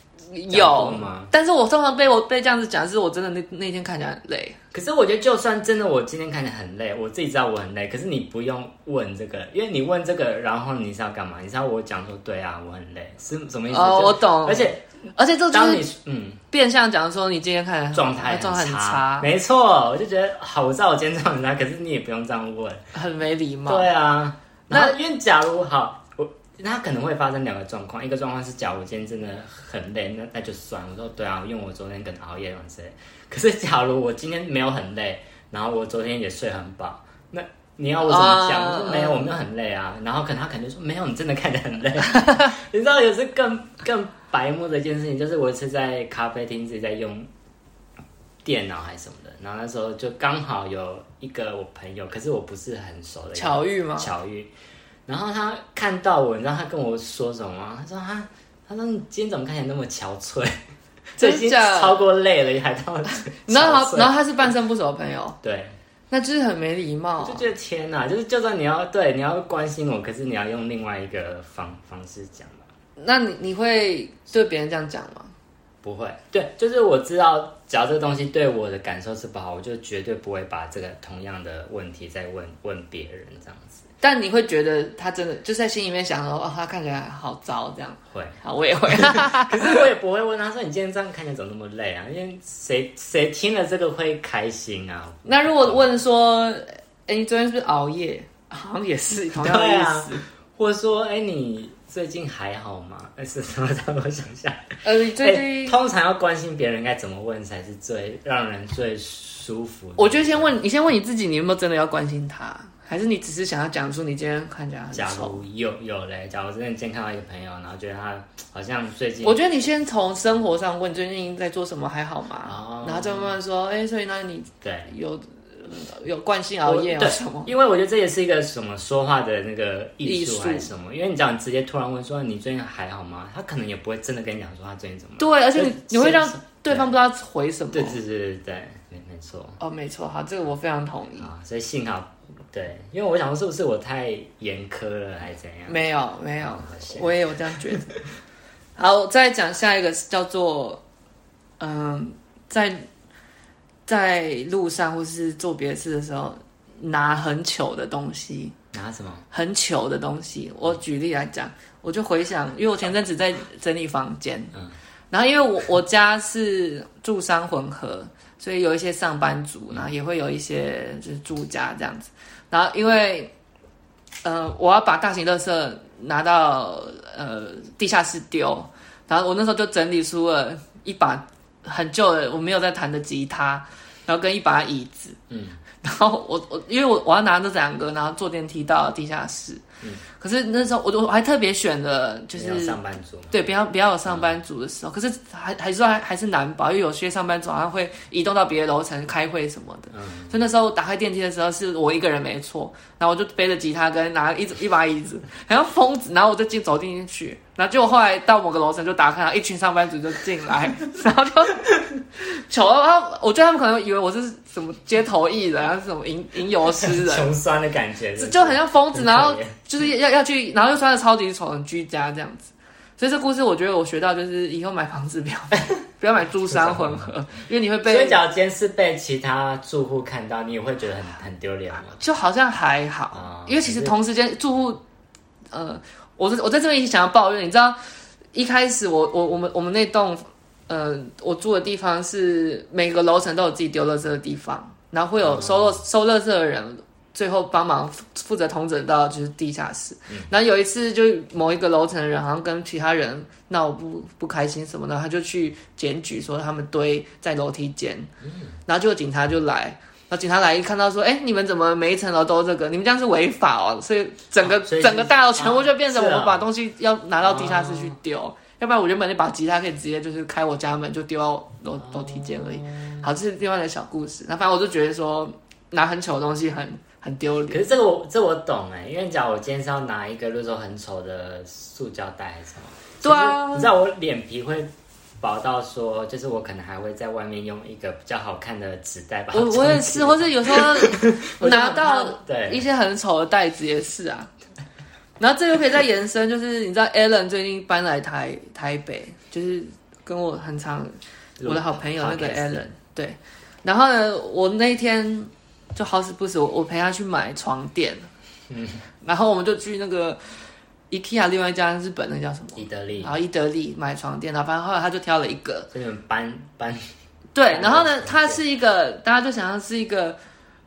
[SPEAKER 1] 有
[SPEAKER 2] 吗
[SPEAKER 1] 但是我通常被我被这样子讲，是我真的那那天看起来很累。
[SPEAKER 2] 可是我觉得，就算真的我今天看起来很累，我自己知道我很累，可是你不用问这个，因为你问这个，然后你是要干嘛？你是要我讲说，对啊，我很累，是什么意思？
[SPEAKER 1] 哦
[SPEAKER 2] 就
[SPEAKER 1] 我懂
[SPEAKER 2] 而且
[SPEAKER 1] 而且这就
[SPEAKER 2] 当
[SPEAKER 1] 是
[SPEAKER 2] 你嗯
[SPEAKER 1] 变相讲说，你今天看起来很
[SPEAKER 2] 状态
[SPEAKER 1] 状态很
[SPEAKER 2] 差，
[SPEAKER 1] 差，
[SPEAKER 2] 没错，我就觉得好，我知道我今天状态很差，可是你也不用这样问。
[SPEAKER 1] 很没礼貌。
[SPEAKER 2] 对啊，
[SPEAKER 1] 那
[SPEAKER 2] 那因为假如好，我那可能会发生两个状况，一个状况是假如我今天真的很累，那那就算。我说对啊，因为我昨天可能熬夜很累。可是假如我今天没有很累，然后我昨天也睡很饱，那你要我怎么讲？
[SPEAKER 1] 啊
[SPEAKER 2] 我说没有，我没有很累啊。然后可能他可能就说没有，你真的看起来很累。 [laughs] 你知道，有时更更白目的一件事情，就是我是在咖啡厅自己在用电脑还是什么的，然后那时候就刚好有一个我朋友，可是我不是很熟的一个
[SPEAKER 1] 巧遇吗？
[SPEAKER 2] 巧遇，然后他看到我，你知道他跟我说什么吗？他说他，他说你今天怎么看起来那么憔
[SPEAKER 1] [laughs]
[SPEAKER 2] 悴？这已
[SPEAKER 1] 真
[SPEAKER 2] 经
[SPEAKER 1] 假
[SPEAKER 2] 超过累了，还到
[SPEAKER 1] 然后
[SPEAKER 2] 憔悴
[SPEAKER 1] 他，然后他是半生不熟的朋友，
[SPEAKER 2] 对，
[SPEAKER 1] 那就是很没礼貌
[SPEAKER 2] 我就
[SPEAKER 1] 啊、
[SPEAKER 2] 觉得天哪，就是就算你要对你要关心我，可是你要用另外一个方方式讲吧。
[SPEAKER 1] 那你你会对别人这样讲吗？
[SPEAKER 2] 不会，对，就是我知道，只要这个东西对我的感受是不好，我就绝对不会把这个同样的问题再问问别人这样子。
[SPEAKER 1] 但你会觉得他真的就在心里面想说，哦，他看起来好糟这样。
[SPEAKER 2] 会，
[SPEAKER 1] 好，我也
[SPEAKER 2] [laughs]
[SPEAKER 1] 会。
[SPEAKER 2] 啊可是我也不会问啊他说你今天这样看起来怎么那么累啊？因为谁谁听了这个会开心啊？
[SPEAKER 1] 那如果问说，哎，你昨天是不是熬夜？好像也是同样的
[SPEAKER 2] 对
[SPEAKER 1] 意
[SPEAKER 2] 啊
[SPEAKER 1] 思。
[SPEAKER 2] 或者说，哎、你最近还好吗？呃是什么？让我想一下。
[SPEAKER 1] 呃，你最
[SPEAKER 2] 欸
[SPEAKER 1] 近、
[SPEAKER 2] 通常要关心别人该怎么问才是最让人最舒服的。
[SPEAKER 1] 我就先问你，先问你自己，你有没有真的要关心他，还是你只是想要讲出你今天看起来很
[SPEAKER 2] 假
[SPEAKER 1] 丑？
[SPEAKER 2] 如有有嘞，假如真的今天看到一个朋友，然后觉得他好像最近
[SPEAKER 1] 我觉得你先从生活上问，最近在做什么，还好吗？
[SPEAKER 2] 哦
[SPEAKER 1] 然后再慢慢说，哎、所以那你
[SPEAKER 2] 对，
[SPEAKER 1] 有呃有惯性熬夜
[SPEAKER 2] 我
[SPEAKER 1] 啊
[SPEAKER 2] 对
[SPEAKER 1] 什么？
[SPEAKER 2] 因为我觉得这也是一个什么说话的那个艺
[SPEAKER 1] 艺
[SPEAKER 2] 术
[SPEAKER 1] 术
[SPEAKER 2] 还是什么，因为你这样直接突然问说你最近还好吗？他可能也不会真的跟你讲说他最近怎么了，
[SPEAKER 1] 对，而且你
[SPEAKER 2] 就
[SPEAKER 1] 你会让
[SPEAKER 2] 先
[SPEAKER 1] 对方不知道回什么。
[SPEAKER 2] 对对对对对，没没错
[SPEAKER 1] 哦，没错，好，这个我非常同意。
[SPEAKER 2] 啊，所以幸好对，因为我想说是不是我太严苛了还是怎样？
[SPEAKER 1] 没有，没有，
[SPEAKER 2] 好险
[SPEAKER 1] 我也有这样觉得。 [laughs] 好，我再讲下一个叫做，嗯，在在路上或是做别的事的时候，拿很糗的东西，
[SPEAKER 2] 拿什么？
[SPEAKER 1] 很糗的东西。我举例来讲，我就回想，因为我前阵子在整理房间，
[SPEAKER 2] 嗯
[SPEAKER 1] 然后因为我我家是住商混合，所以有一些上班族，然后也会有一些就是住家这样子。然后因为呃，我要把大型垃圾拿到呃地下室丢，然后我那时候就整理出了一把很旧的我没有在弹的吉他，然后跟一把椅子。
[SPEAKER 2] 嗯，
[SPEAKER 1] 然后我我因为我我要拿这两个，然后坐电梯到地下室。嗯，可是那时候我我还特别选了就
[SPEAKER 2] 你要
[SPEAKER 1] 是
[SPEAKER 2] 上班族
[SPEAKER 1] [laughs]
[SPEAKER 2] 吗？
[SPEAKER 1] 对，不要不要有上班族的时候，可是还还是说还还是难保，因为有些上班族好像会移动到别的楼层开会什么的。
[SPEAKER 2] 嗯，
[SPEAKER 1] 所以那时候打开电梯的时候，是我一个人没错，然后我就背着吉他跟拿 [laughs] 一一把椅子，好像疯子，然后我就进走进去，然后结果后来到某个楼层就打开，然后一群上班族就进来，然后就 [laughs] 糗到，然后我觉得他们可能以为我是什么街头艺人，啊还是什么吟吟游诗人，啊
[SPEAKER 2] 穷酸的感觉
[SPEAKER 1] 就很像疯子，然后
[SPEAKER 2] 很可怜
[SPEAKER 1] 就是要要去，然后又穿的超级丑，很居家这样子。所以这故事我觉得我学到就是以后买房子不要买不要买住商混合，因为你会
[SPEAKER 2] 所以，
[SPEAKER 1] 被
[SPEAKER 2] 假如今天是被其他住户看到，你也会觉得很很丢脸吗？
[SPEAKER 1] 就好像还好，
[SPEAKER 2] 啊
[SPEAKER 1] 因为其实同时间住户，呃，我是我在这边也想要抱怨，你知道一开始我我我们我们那栋呃我住的地方是每个楼层都有自己丢垃圾的地方，然后会
[SPEAKER 2] 嗯
[SPEAKER 1] 有收垃收垃圾的人最后帮忙负负责通整到就是地下室。
[SPEAKER 2] 嗯
[SPEAKER 1] 然后有一次，就某一个楼层的人好像跟其他人闹不不开心什么的，他就去检举说他们堆在楼梯间，
[SPEAKER 2] 嗯
[SPEAKER 1] 然后结果警察就来，然后警察来一看到说，哎，你们怎么每一层楼都这个？你们这样是违法哦！所以整个、
[SPEAKER 2] 哦所以是
[SPEAKER 1] 整个大楼全部就变成
[SPEAKER 2] 啊
[SPEAKER 1] 我
[SPEAKER 2] 是啊
[SPEAKER 1] 们把东西要拿到地下室去丢，要不然我原本那把吉他可以直接就是开我家门就丢到楼楼梯间而已。好，这是另外的小故事。那反正我就觉得说拿很糗的东西很很丢脸。
[SPEAKER 2] 可是这个我这我懂哎、因为假如我今天是要拿一个，例如说很丑的塑胶袋还是什么，
[SPEAKER 1] 对啊
[SPEAKER 2] 其实你知道我脸皮会薄到说，就是我可能还会在外面用一个比较好看的纸袋把它
[SPEAKER 1] 我我也是，或是有时候
[SPEAKER 2] 我就
[SPEAKER 1] [laughs] 拿
[SPEAKER 2] 很怕
[SPEAKER 1] 到一
[SPEAKER 2] 对，
[SPEAKER 1] 些很丑的袋子也是啊。然后这就可以再延伸，就是你知道 Alan 最近搬来台台北，就是跟我很常我的好朋友那个
[SPEAKER 2] Podcast
[SPEAKER 1] Alan 对。然后呢，我那一天就好死不死，我我陪他去买床垫，嗯，然后我们就去那个 IKEA 另外一家日本那个叫什么？
[SPEAKER 2] 伊德利，
[SPEAKER 1] 然后伊德利买床垫，然后反正后来他就挑了一个，
[SPEAKER 2] 所以你们搬搬
[SPEAKER 1] 对，
[SPEAKER 2] 嗯
[SPEAKER 1] 然后呢，它是一个大家就想象是一个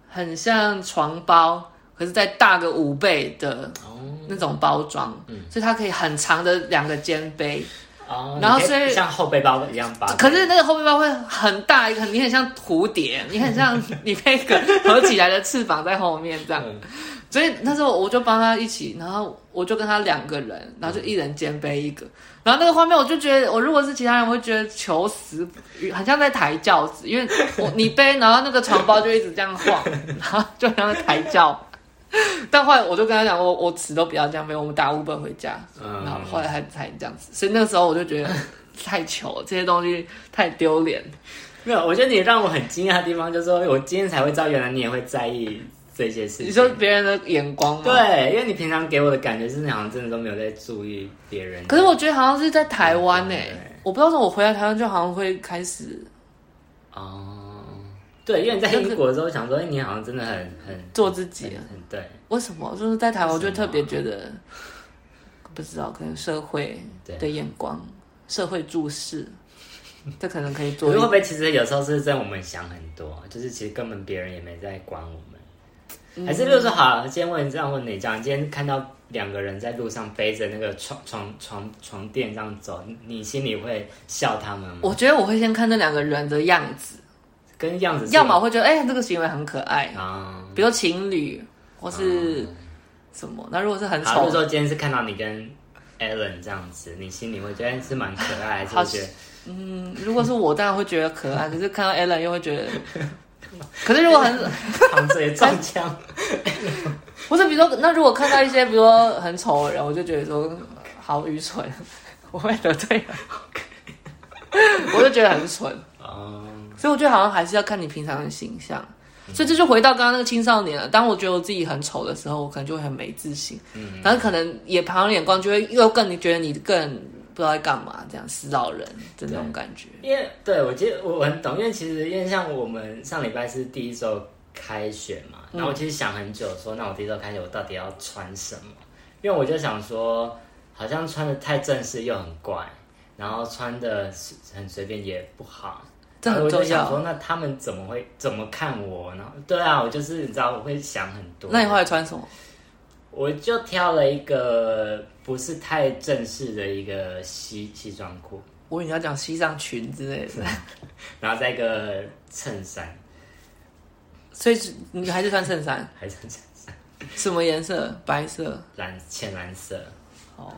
[SPEAKER 1] 很像床包，可是再大个五倍的
[SPEAKER 2] 哦
[SPEAKER 1] 那种包装，所以它可以很长的两个肩背，
[SPEAKER 2] 哦，
[SPEAKER 1] 然后
[SPEAKER 2] 你可
[SPEAKER 1] 所以
[SPEAKER 2] 像后背包一样把，
[SPEAKER 1] 可是那个后背包会很大一个，你很像蝴蝶，你很像你那个合起来的翅膀在后面这样。
[SPEAKER 2] 嗯
[SPEAKER 1] 所以那时候我就帮他一起，然后我就跟他两个人，然后就一人肩背一个，然后那个画面我就觉得，我如果是其他人，我会觉得求死，很像在抬轿子，因为我你背，然后那个床包就一直这样晃，然后就像在抬轿。 [laughs] 但后来我就跟他讲，我我死都不要这样背，我们打 Uber 回家。
[SPEAKER 2] 嗯
[SPEAKER 1] 然后后来还才这样子，所以那个时候我就觉得太糗，这些东西太丢脸。
[SPEAKER 2] 没有，我觉得你让我很惊讶的地方，就是说我今天才会知道，原来你也会在意这些事情。
[SPEAKER 1] 你说别人的眼光吗？。
[SPEAKER 2] 对，因为你平常给我的感觉是，你好像真的都没有在注意别人。
[SPEAKER 1] 可是我觉得好像是在台湾诶、
[SPEAKER 2] 对
[SPEAKER 1] 我不知道为什么我回来台湾就好像会开始
[SPEAKER 2] 哦，对，因为你在英国的时候想说，哎你好像真的很很
[SPEAKER 1] 做自己啊
[SPEAKER 2] 很
[SPEAKER 1] 了。
[SPEAKER 2] 很对
[SPEAKER 1] 为什么？就是在台湾，我就特别觉得不知道，可能社会
[SPEAKER 2] 对。
[SPEAKER 1] 的眼光、社会注 [laughs] 视，这可能可以
[SPEAKER 2] 可
[SPEAKER 1] 做
[SPEAKER 2] 是
[SPEAKER 1] 一
[SPEAKER 2] 会。不会其实有时候是在我们想很多，就是其实根本别人也没在管我们，还是就是说好，今天问你这样问你，讲今天看到两个人在路上背着那个床床床床垫这样走，你你心里会笑他们吗？
[SPEAKER 1] 我觉得我会先看那两个人的样子，
[SPEAKER 2] 跟样子是
[SPEAKER 1] 要么我会觉得哎、这个行为很可爱，
[SPEAKER 2] 啊，
[SPEAKER 1] 比如情侣或是什么。嗯那如果是很
[SPEAKER 2] 好，
[SPEAKER 1] 丑
[SPEAKER 2] 如，说今天是看到你跟 Alan 这样子，你心里会觉得哎是蛮可爱，还是
[SPEAKER 1] 好
[SPEAKER 2] 觉得
[SPEAKER 1] 嗯如果是我，当然会觉得可爱。可是看到 Alan 又会觉 [laughs] 得，可是如果很，
[SPEAKER 2] 扛
[SPEAKER 1] [laughs]
[SPEAKER 2] 着也中枪？
[SPEAKER 1] 不是比如说，那如果看到一些比如说很丑的人，我就觉得说好愚蠢， [laughs] 我会得罪人，我就觉得很蠢。
[SPEAKER 2] 哦，
[SPEAKER 1] 所以我觉得好像还是要看你平常的形象。所以这就回到刚刚那个青少年了。当我觉得我自己很丑的时候，我可能就会很没自信，
[SPEAKER 2] 嗯
[SPEAKER 1] 然后可能也旁人眼光就会又更觉得你更不知道在干嘛，这样死老人的那种感觉。
[SPEAKER 2] 因为对我记得我很懂，因为其实因为像我们上礼拜是第一周开学嘛，
[SPEAKER 1] 嗯
[SPEAKER 2] 然后我其实想很久说，那我第一周开学我到底要穿什么？因为我就想说，好像穿的太正式又很怪，然后穿的很随便也不好。
[SPEAKER 1] 这很
[SPEAKER 2] 然后我就
[SPEAKER 1] 重
[SPEAKER 2] 想
[SPEAKER 1] 要。
[SPEAKER 2] 说，那他们怎么会怎么看我呢？对啊，我就是你知道，我会想很多。
[SPEAKER 1] 那你后来穿什么？
[SPEAKER 2] 我就挑了一个不是太正式的一个西西装裤，
[SPEAKER 1] 我以为你要讲西装裙之类的，
[SPEAKER 2] 然后再一个衬衫，
[SPEAKER 1] 所以你还是穿衬
[SPEAKER 2] [laughs]
[SPEAKER 1] 衫，
[SPEAKER 2] 还是这样
[SPEAKER 1] 什么颜色？白色。
[SPEAKER 2] 蓝浅蓝色，
[SPEAKER 1] 哦，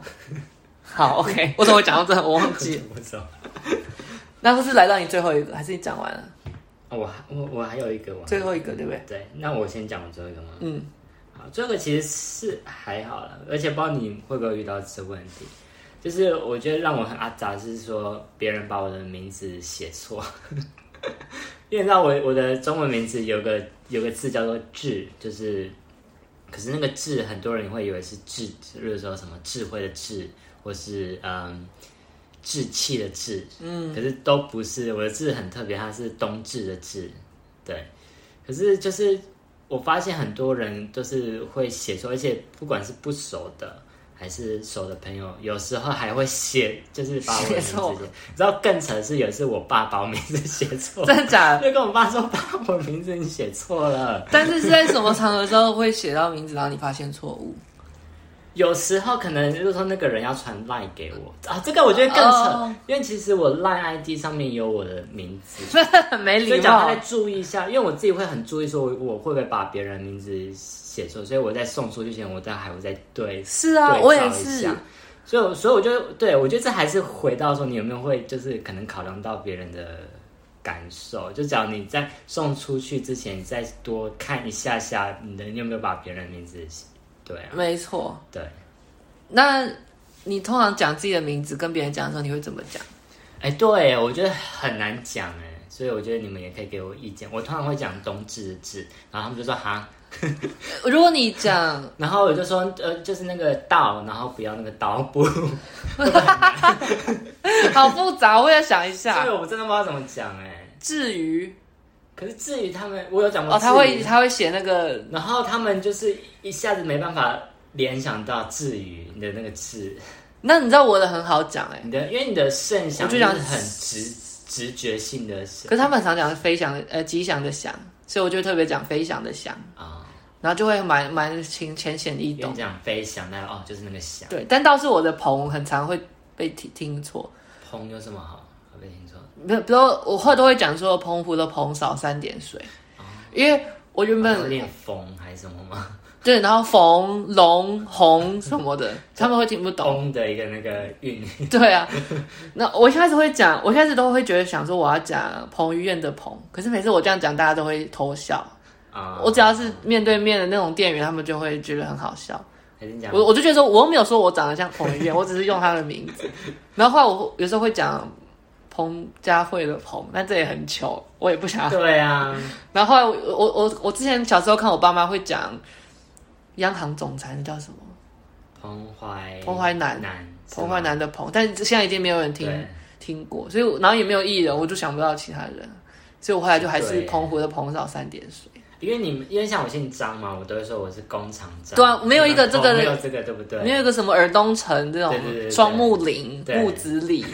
[SPEAKER 1] 好，OK。我怎 [laughs] 么会讲到这？我忘记了。
[SPEAKER 2] [laughs] 我走。
[SPEAKER 1] [laughs] 那不是来到你最后一个，还是你讲完了
[SPEAKER 2] 哦我还我我还有一个我还
[SPEAKER 1] 最后一个，对不对？
[SPEAKER 2] 对，那我先讲我最后一个吗？
[SPEAKER 1] 嗯，
[SPEAKER 2] 好，最后一个其实是还好了，而且不知道你会不会遇到这问题，就是我觉得让我很阿杂是说别人把我的名字写错， [laughs] 因为你知道我我的中文名字有个有个字叫做智，就是。可是那个智，很多人会以为是智，比如说什么智慧的智，或是嗯志气的志，嗯，可是都不是。我的志很特别，它是冬至的至，对。可是就是我发现很多人都是会写错，而且不管是不熟的还是熟的朋友，有时候还会写，就是把我的名字
[SPEAKER 1] 写
[SPEAKER 2] 写
[SPEAKER 1] 错。
[SPEAKER 2] 你知道更扯的是，有一次我爸把我名字写
[SPEAKER 1] [laughs]
[SPEAKER 2] 错，[laughs]
[SPEAKER 1] 真的假的？
[SPEAKER 2] 就跟我爸说：“爸，我名字你写错了。
[SPEAKER 1] 但是是在什么场合之后会写到名字，然后你发现错误？”
[SPEAKER 2] 有时候可能就是说那个人要传赖给我啊，这个我觉得更扯
[SPEAKER 1] 哦
[SPEAKER 2] 因为其实我赖 ID 上面有我的名字，
[SPEAKER 1] 很 [laughs] 没
[SPEAKER 2] 所
[SPEAKER 1] 礼
[SPEAKER 2] 以讲
[SPEAKER 1] 貌
[SPEAKER 2] 大家。注意一下，因为我自己会很注意说我我会不会把别人名字写错，所以我在送出去前，我都还会再对
[SPEAKER 1] 是啊，
[SPEAKER 2] 对
[SPEAKER 1] 我
[SPEAKER 2] 照
[SPEAKER 1] 也
[SPEAKER 2] 一
[SPEAKER 1] 是
[SPEAKER 2] 下。所以我，所以我就对我觉得这还是回到说，你有没有会就是可能考量到别人的感受，就只要你在送出去之前，你再多看一下下你的你有没有把别人的名字写对啊，
[SPEAKER 1] 没错。
[SPEAKER 2] 对。
[SPEAKER 1] 那你通常讲自己的名字跟别人讲的时候，你会怎么讲？
[SPEAKER 2] 哎，对，我觉得很难讲哎，所以我觉得你们也可以给我意见。我通常会讲冬至的至，然后他们就说哈，
[SPEAKER 1] 如果你讲，
[SPEAKER 2] 然后我就说呃，就是那个道，然后不要那个刀不，
[SPEAKER 1] [laughs]
[SPEAKER 2] 所
[SPEAKER 1] 好复杂，我也想一 [laughs]
[SPEAKER 2] 以
[SPEAKER 1] 下。
[SPEAKER 2] 我真的不知道怎么讲哎。
[SPEAKER 1] 至于
[SPEAKER 2] 可是至于他们，我有讲过
[SPEAKER 1] 哦，他
[SPEAKER 2] 至
[SPEAKER 1] 会
[SPEAKER 2] 于
[SPEAKER 1] 他会写那个
[SPEAKER 2] 然后他们就是一下子没办法联想到至于你的那个字，
[SPEAKER 1] 那你知道我的很好讲哎、
[SPEAKER 2] 你的因为你的圣想
[SPEAKER 1] 我就想
[SPEAKER 2] 是很直直觉性的想
[SPEAKER 1] 可是他们很常讲飞翔的呃吉祥的祥，所以我就特别讲飞翔的翔，
[SPEAKER 2] 啊，
[SPEAKER 1] 然后就会蛮蛮浅浅显易
[SPEAKER 2] 因为
[SPEAKER 1] 懂
[SPEAKER 2] 你。讲飞翔，那哦就是那个想，
[SPEAKER 1] 对，但倒是我的鹏很常会被听听错，
[SPEAKER 2] 砰有什么好？我没听错，
[SPEAKER 1] 没有，比如我后来都会讲说澎湖的澎少三点水，因为我原
[SPEAKER 2] 有
[SPEAKER 1] 本
[SPEAKER 2] 点风还是什么吗？
[SPEAKER 1] 对，然后逢龙红什么的，他们会听不懂。
[SPEAKER 2] 风的一个那个韵，
[SPEAKER 1] 对啊，那我一开始会讲，我一开始都会觉得想说我要讲彭于晏的彭，可是每次我这样讲，大家都会偷笑。
[SPEAKER 2] 啊，
[SPEAKER 1] 我只要是面对面的那种店员，他们就会觉得很好笑。
[SPEAKER 2] 还是你讲
[SPEAKER 1] 我我就觉得说，我又没有说我长得像彭于晏，我只是用他的名
[SPEAKER 2] [laughs]
[SPEAKER 1] 字。然后后来我有时候会讲彭佳慧的彭，但这也很糗，我也不想要
[SPEAKER 2] 对啊，
[SPEAKER 1] [laughs]
[SPEAKER 2] [laughs]
[SPEAKER 1] 然后后来我我我我之前小时候看我爸妈会讲，央行总裁那叫什么？
[SPEAKER 2] 彭淮
[SPEAKER 1] 彭淮南
[SPEAKER 2] 南
[SPEAKER 1] 彭淮南的彭，但现在已经没有人
[SPEAKER 2] 是
[SPEAKER 1] 听
[SPEAKER 2] 吗
[SPEAKER 1] 听过，所以我然后也没有艺人，我就想不到其他人，所以我后来就还是
[SPEAKER 2] 对
[SPEAKER 1] 澎湖的澎少三点水。
[SPEAKER 2] 对，因为你们因为像我姓张嘛，我都会说我是工厂张，
[SPEAKER 1] 对啊没有一个
[SPEAKER 2] 你们
[SPEAKER 1] 这个
[SPEAKER 2] 哦没有这个对不对？
[SPEAKER 1] 没有一个什么尔东城这种
[SPEAKER 2] 对对对对
[SPEAKER 1] 双木林、
[SPEAKER 2] 对
[SPEAKER 1] 木子
[SPEAKER 2] [laughs]
[SPEAKER 1] 李，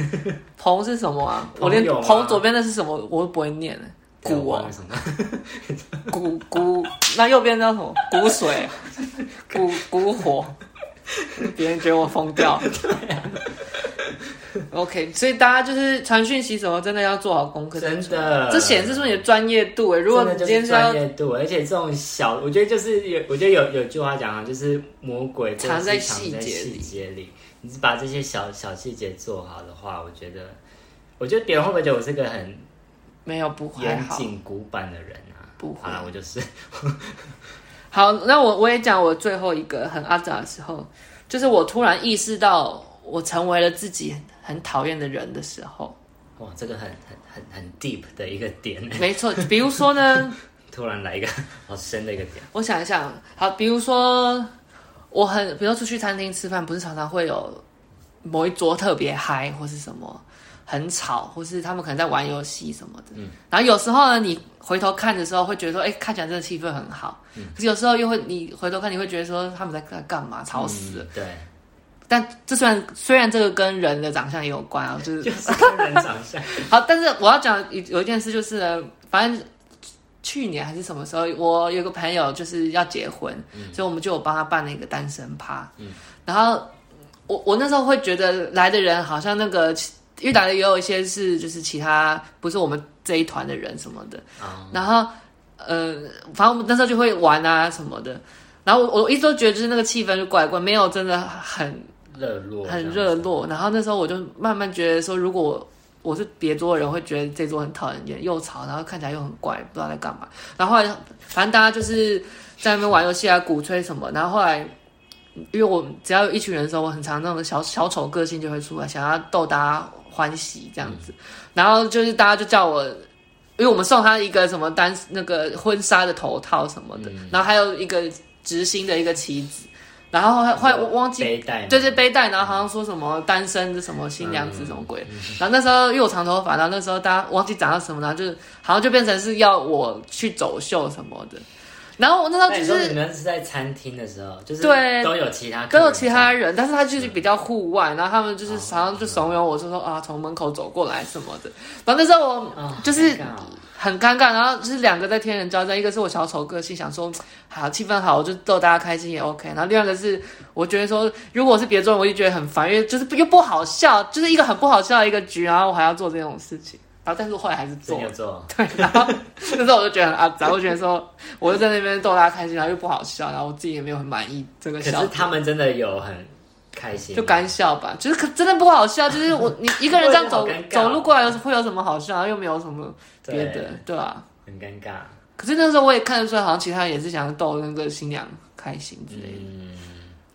[SPEAKER 1] 彭是什么啊？
[SPEAKER 2] 朋
[SPEAKER 1] 我连
[SPEAKER 2] 友啊
[SPEAKER 1] 彭左边那是什么我都不会念呢。
[SPEAKER 2] 对我
[SPEAKER 1] 古
[SPEAKER 2] 忘
[SPEAKER 1] 哦
[SPEAKER 2] 了，什
[SPEAKER 1] [laughs]
[SPEAKER 2] 么。 [laughs]
[SPEAKER 1] 古古，那右边叫什么？古水、古古火，别人觉得我疯
[SPEAKER 2] [laughs]
[SPEAKER 1] 掉。OK，所以大家就是传讯息什么，真的要做好功课。
[SPEAKER 2] 真的，
[SPEAKER 1] 这显示出你的专业度哎、如果你
[SPEAKER 2] 真的
[SPEAKER 1] 今天
[SPEAKER 2] 就是
[SPEAKER 1] 是要
[SPEAKER 2] 专业度，而且这种小，我觉得就是有，我觉得有有句话讲啊，就是魔鬼
[SPEAKER 1] 藏
[SPEAKER 2] 在
[SPEAKER 1] 在
[SPEAKER 2] 藏
[SPEAKER 1] 细
[SPEAKER 2] 在
[SPEAKER 1] 节
[SPEAKER 2] 细
[SPEAKER 1] 里
[SPEAKER 2] 节里。你只把这些小小细节做好的话，我觉得，我觉得别人会不会觉得我是个很
[SPEAKER 1] 没有不还
[SPEAKER 2] 严
[SPEAKER 1] 好。
[SPEAKER 2] 谨古板的人啊？
[SPEAKER 1] 不会
[SPEAKER 2] 好啦，我就是
[SPEAKER 1] 好，那我我也讲我最后一个很阿杂的时候，就是我突然意识到我成为了自己很讨厌的人的时候。 [laughs]
[SPEAKER 2] 哇，这个很很很很 deep 的一个点，
[SPEAKER 1] 没错，比如说呢，
[SPEAKER 2] 突然来一个好深的一个点，
[SPEAKER 1] 我想一想，好，比如说我很，比如说出去餐厅吃饭，不是常常会有某一桌特别嗨，或是什么很吵，或是他们可能在玩游戏什么的。然后有时候呢，你回头看的时候会觉得说，哎、看起来这个气氛很好。可是有时候又会，你回头看，你会觉得说他们在干干嘛，吵死了。
[SPEAKER 2] 嗯，对。
[SPEAKER 1] 但这虽然虽然这个跟人的长相也有关啊，就是
[SPEAKER 2] [laughs] 就是看人长相，
[SPEAKER 1] 好，但是我要讲有有一件事就是呢，反正去年还是什么时候，我有个朋友就是要结婚，所以我们就有帮他办了一个单身趴。然后我我那时候会觉得来的人好像那个，因为来的也有一些是就是其他不是我们这一团的人什么的，
[SPEAKER 2] 啊
[SPEAKER 1] 然后呃，反正我们那时候就会玩啊什么的。然后我我一直都觉得就是那个气氛就怪怪，没有真的很
[SPEAKER 2] 热络，
[SPEAKER 1] 很热，络。然后那时候我就慢慢觉得说，如果我我是别桌的人，会觉得这桌很讨人厌，又吵，然后看起来又很怪，不知道在干嘛。然后后来，反正大家就是在那边玩游戏啊，鼓吹什么。然后后来，因为我只要有一群人的时候，我很常那种小小丑个性就会出来，想要逗大家欢喜这样子。然后就是大家就叫我。因为我们送他一个什么单那个婚纱的头套什么的，然后还有一个执行的一个棋子，然后后来后来
[SPEAKER 2] 嗯
[SPEAKER 1] 我忘记
[SPEAKER 2] 背带，
[SPEAKER 1] 对对，背带，然后好像说什么单身的什么新娘子什么鬼，然后那时候因为我长头发，然后那时候大家忘记讲到什么，然后就是好像就变成是要我去走秀什么的，然后我那时候
[SPEAKER 2] 那
[SPEAKER 1] 就
[SPEAKER 2] 你哎说你
[SPEAKER 1] 是
[SPEAKER 2] 们是在餐厅的时候，就是
[SPEAKER 1] 对
[SPEAKER 2] 都有其他客
[SPEAKER 1] 都
[SPEAKER 2] 人
[SPEAKER 1] 有其他人，但是他就是比较户外，然后他们就是好像就怂恿我说说啊从门口走过来什么的，然后那时候我
[SPEAKER 2] 啊
[SPEAKER 1] 就是
[SPEAKER 2] 尴尬哦
[SPEAKER 1] 很尴尬，然后就是两个在天人交战，一个是我小丑个性，想说好气氛好，我就逗大家开心也 OK。然后另外一个是我觉得说，如果我是别桌人，我就觉得很烦，因为就是又不好笑，就是一个很不好笑的一个局，然后我还要做这种事情。然后但是我后来还是
[SPEAKER 2] 真
[SPEAKER 1] 做
[SPEAKER 2] 的有
[SPEAKER 1] 了，
[SPEAKER 2] 做，
[SPEAKER 1] 对。然后那时候我就觉得很阿杂，我觉得说我就在那边逗大家开心，然后又不好笑，然后我自己也没有很满意这个
[SPEAKER 2] 可
[SPEAKER 1] 笑
[SPEAKER 2] 是。他们真的有很开心，
[SPEAKER 1] 就干笑吧，就是可真的不好笑，就是我你一个人这样走
[SPEAKER 2] 我也好尴尬
[SPEAKER 1] 走路过来有会有什么好笑，然后又没有什么别
[SPEAKER 2] 对
[SPEAKER 1] 的，对啊。
[SPEAKER 2] 很尴尬，
[SPEAKER 1] 可是那时候我也看得出来，好像其他人也是想要逗那个新娘开心之类的。
[SPEAKER 2] 嗯，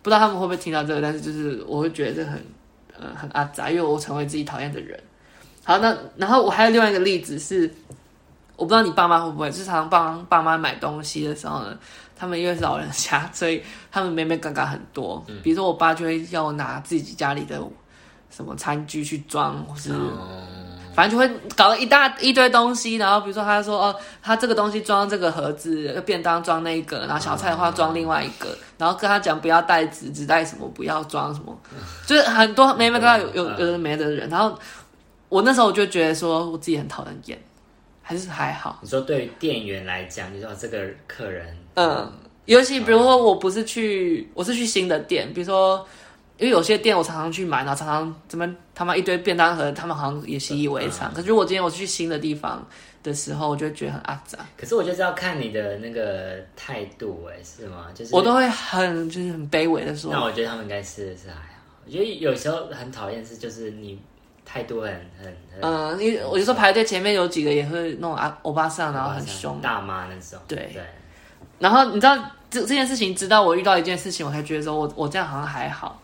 [SPEAKER 1] 不知道他们会不会听到这个，但是就是我会觉得这很呃很阿杂，因为我成为自己讨厌的人。好，那然后我还有另外一个例子是，我不知道你爸妈会不会，就是常常帮爸妈买东西的时候呢，他们因为是老人家，所以他们妹妹嘎嘎很多。
[SPEAKER 2] 嗯
[SPEAKER 1] 比如说我爸就会要我拿自己家里的什么餐具去装，或是
[SPEAKER 2] 哦，
[SPEAKER 1] 反正就会搞了一大一堆东西，然后比如说他说哦，他这个东西装这个盒子，便当装那个，然后小菜的话装另外一个，然后跟他讲不要带纸，只带什么，不要装什么，就是很多没没到有有有的没的人。然后我那时候我就觉得说我自己很讨人厌，还是还好，
[SPEAKER 2] 你说对于店员来讲，你说哦这个客人，
[SPEAKER 1] 嗯，尤其比如说我不是去，我是去新的店，比如说。因为有些店我常常去买，然后常常怎么他妈一堆便当盒，他们好像也习以为常。可是如果今天我去新的地方的时候，我就会觉得很阿杂，
[SPEAKER 2] 可是我就是要看你的那个态度，哎，是吗？就是
[SPEAKER 1] 我都会很就是很卑微的说，
[SPEAKER 2] 那我觉得他们应该是是还好，我觉得有时候很讨厌是就是你态度很很很，
[SPEAKER 1] 嗯，因为我就说排队前面有几个也会弄啊欧巴桑，然后很凶，
[SPEAKER 2] 哦大妈那种，
[SPEAKER 1] 对
[SPEAKER 2] 对，
[SPEAKER 1] 然后你知道这这件事情，直到我遇到一件事情，我才觉得说我我这样好像还好。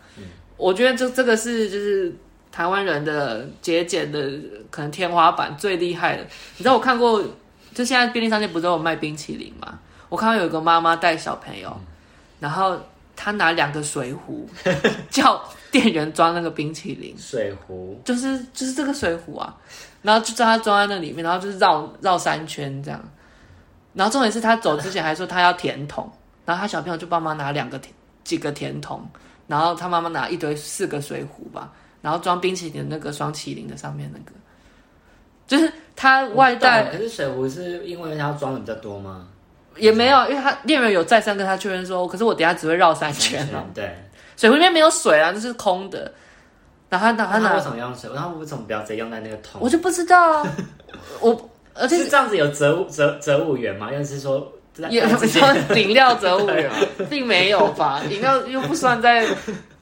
[SPEAKER 1] 我觉得这这个是就是台湾人的节俭的可能天花板最厉害的。你知道我看过，就现在便利商店不都有卖冰淇淋吗？我看到有一个妈妈带小朋友，然后她拿两个水壶叫店员装那个冰淇淋。
[SPEAKER 2] 水壶，
[SPEAKER 1] 就是就是这个水壶啊，然后就叫他装在那里面，然后就是绕绕三圈这样。然后重点是他走之前还说他要甜筒，然后他小朋友就帮忙拿两个甜几个甜筒，然后他妈妈拿一堆四个水壶吧，然后装冰淇淋的那个双麒麟的上面那个，就是他外带
[SPEAKER 2] 我不懂可是水壶是因为它装的比较多吗？
[SPEAKER 1] 也没有，因为他店员有再三跟他确认说，可是我等一下只会绕三圈哦。
[SPEAKER 2] 对，
[SPEAKER 1] 水壶里面没有水啊，就是空的。然后他拿他
[SPEAKER 2] 那为
[SPEAKER 1] 拿，
[SPEAKER 2] 什么要用水？那为什么不要直接用在那个桶
[SPEAKER 1] 我？就不知道 [laughs] 啊，我而且
[SPEAKER 2] 是这样子有责务责责务员吗？又是说
[SPEAKER 1] [laughs]
[SPEAKER 2] 在
[SPEAKER 1] 也
[SPEAKER 2] 在
[SPEAKER 1] 你
[SPEAKER 2] 直接
[SPEAKER 1] 说
[SPEAKER 2] [laughs]
[SPEAKER 1] 饮料折五
[SPEAKER 2] 啊
[SPEAKER 1] 元吗，并没有吧？饮料又不算在，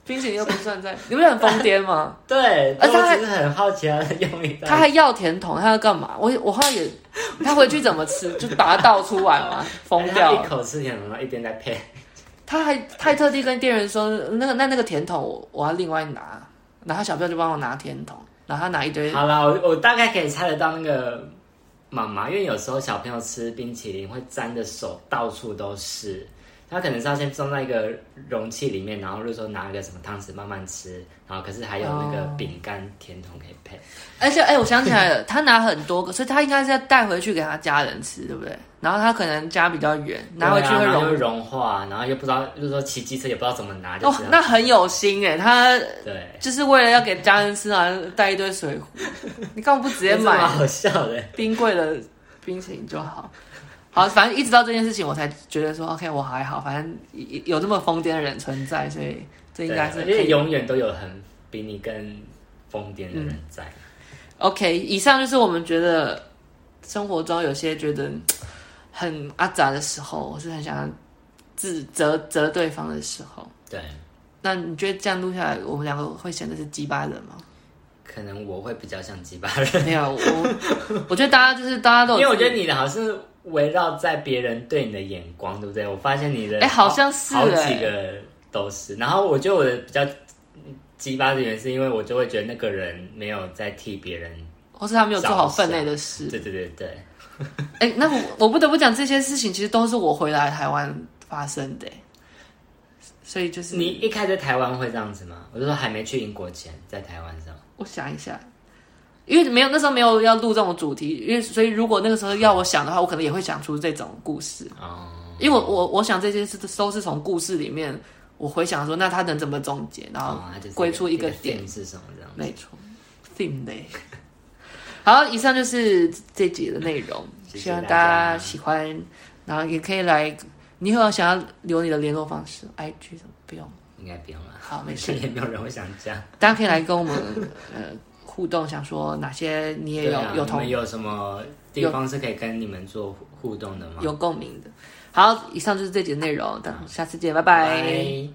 [SPEAKER 1] 冰淇淋又不算在，你不是很疯癫吗？
[SPEAKER 2] [laughs] 对，
[SPEAKER 1] 而且
[SPEAKER 2] 但我
[SPEAKER 1] 他
[SPEAKER 2] 只是很好奇他的用意到底
[SPEAKER 1] 他还要甜筒，他要干嘛？我我后来也，他回去怎么
[SPEAKER 2] [laughs]
[SPEAKER 1] 吃？就把它倒出来嘛，疯掉
[SPEAKER 2] 他一
[SPEAKER 1] 了。
[SPEAKER 2] 口吃甜筒，然后一边在配。
[SPEAKER 1] 他还他还特地跟店员说，那个那那个甜筒我我要另外拿，然后小票就帮我拿甜筒，然后他拿一堆，
[SPEAKER 2] 好啦，我我大概可以猜得到那个妈妈，因为有时候小朋友吃冰淇淋会沾的手到处都是，他可能是要先装在一个容器里面，然后就说拿个什么汤匙慢慢吃，然后可是还有那个
[SPEAKER 1] 哦
[SPEAKER 2] 饼干甜筒可以配。
[SPEAKER 1] 而且哎、我想起来
[SPEAKER 2] [laughs]
[SPEAKER 1] 了，他拿很多个，所以他应该是要带回去给他家人吃，对不对？然后他可能家比较远，拿回去
[SPEAKER 2] 对啊
[SPEAKER 1] 会
[SPEAKER 2] 然后
[SPEAKER 1] 融
[SPEAKER 2] 又融化，然后又不知道，就是说骑机车也不知道怎么拿，啊就
[SPEAKER 1] 哦
[SPEAKER 2] 是、，
[SPEAKER 1] 那很有心哎，他
[SPEAKER 2] 对，
[SPEAKER 1] 就是为了要给家人吃，然后带一堆水壶。你干嘛不直接
[SPEAKER 2] 这蛮
[SPEAKER 1] 买
[SPEAKER 2] [laughs] 好笑的。
[SPEAKER 1] 冰柜的冰淇淋就好？好，反正一直到这件事情，我才觉得说，OK，我还好，反正有有这么疯癫的人存在，所以这应该是
[SPEAKER 2] 对
[SPEAKER 1] 可
[SPEAKER 2] 因为
[SPEAKER 1] 以。
[SPEAKER 2] 永远都有很比你更疯癫的人
[SPEAKER 1] 嗯
[SPEAKER 2] 在。
[SPEAKER 1] OK，以上就是我们觉得生活中有些觉得嗯很阿杂的时候，我是很想要指责责对方的时候。
[SPEAKER 2] 对，
[SPEAKER 1] 那你觉得这样录下来，我们两个会显得是鸡巴人吗？
[SPEAKER 2] 可能我会比较像鸡巴人，
[SPEAKER 1] 没有，我 [laughs] 我觉得大家就是大家都
[SPEAKER 2] 因
[SPEAKER 1] 有，
[SPEAKER 2] 为我觉得你的好像是围绕在别人对你的眼光，对不对？我发现你的
[SPEAKER 1] 哎好像是
[SPEAKER 2] 好
[SPEAKER 1] 哎
[SPEAKER 2] 几个都是。然后我觉得我的比较鸡巴的原因，是因为我就会觉得那个人没有在替别人。
[SPEAKER 1] 或是他没有做好分内的事。
[SPEAKER 2] 对对对对，
[SPEAKER 1] 哎、那我我不得不讲，这些事情其实都是我回来台湾发生的、欸所以就是
[SPEAKER 2] 你一开始在台湾会这样子吗？我就说还没去英国前，在台湾上。
[SPEAKER 1] 我想一下，因为没有那时候没有要录这种主题，因为所以如果那个时候要我想的话，我可能也会想出这种故事，
[SPEAKER 2] 哦、
[SPEAKER 1] 因为我我我想这些事都是从故事里面我回想说，那他能怎么总结，然后
[SPEAKER 2] 哦它就是
[SPEAKER 1] 归出一个点。
[SPEAKER 2] theme 是什么这样。
[SPEAKER 1] 没错，theme 嘞。好，以上就是这集的内容，
[SPEAKER 2] 谢谢
[SPEAKER 1] 希望
[SPEAKER 2] 大
[SPEAKER 1] 大
[SPEAKER 2] 家
[SPEAKER 1] 家喜欢，然后也可以来。你有想要留你的联络方式？IG 什么不用？
[SPEAKER 2] 应该不用了，
[SPEAKER 1] 好，
[SPEAKER 2] [laughs]
[SPEAKER 1] 没事，
[SPEAKER 2] 也没有人会想这样。
[SPEAKER 1] 大家可以来跟我们呃互动，想说哪些你也
[SPEAKER 2] 对
[SPEAKER 1] 有、
[SPEAKER 2] 啊
[SPEAKER 1] 有
[SPEAKER 2] 你
[SPEAKER 1] 同
[SPEAKER 2] 们有什么地方是可以跟你们做互互动的吗？
[SPEAKER 1] 有共鸣的。好，以上就是这集的内容，等下次见，拜
[SPEAKER 2] 拜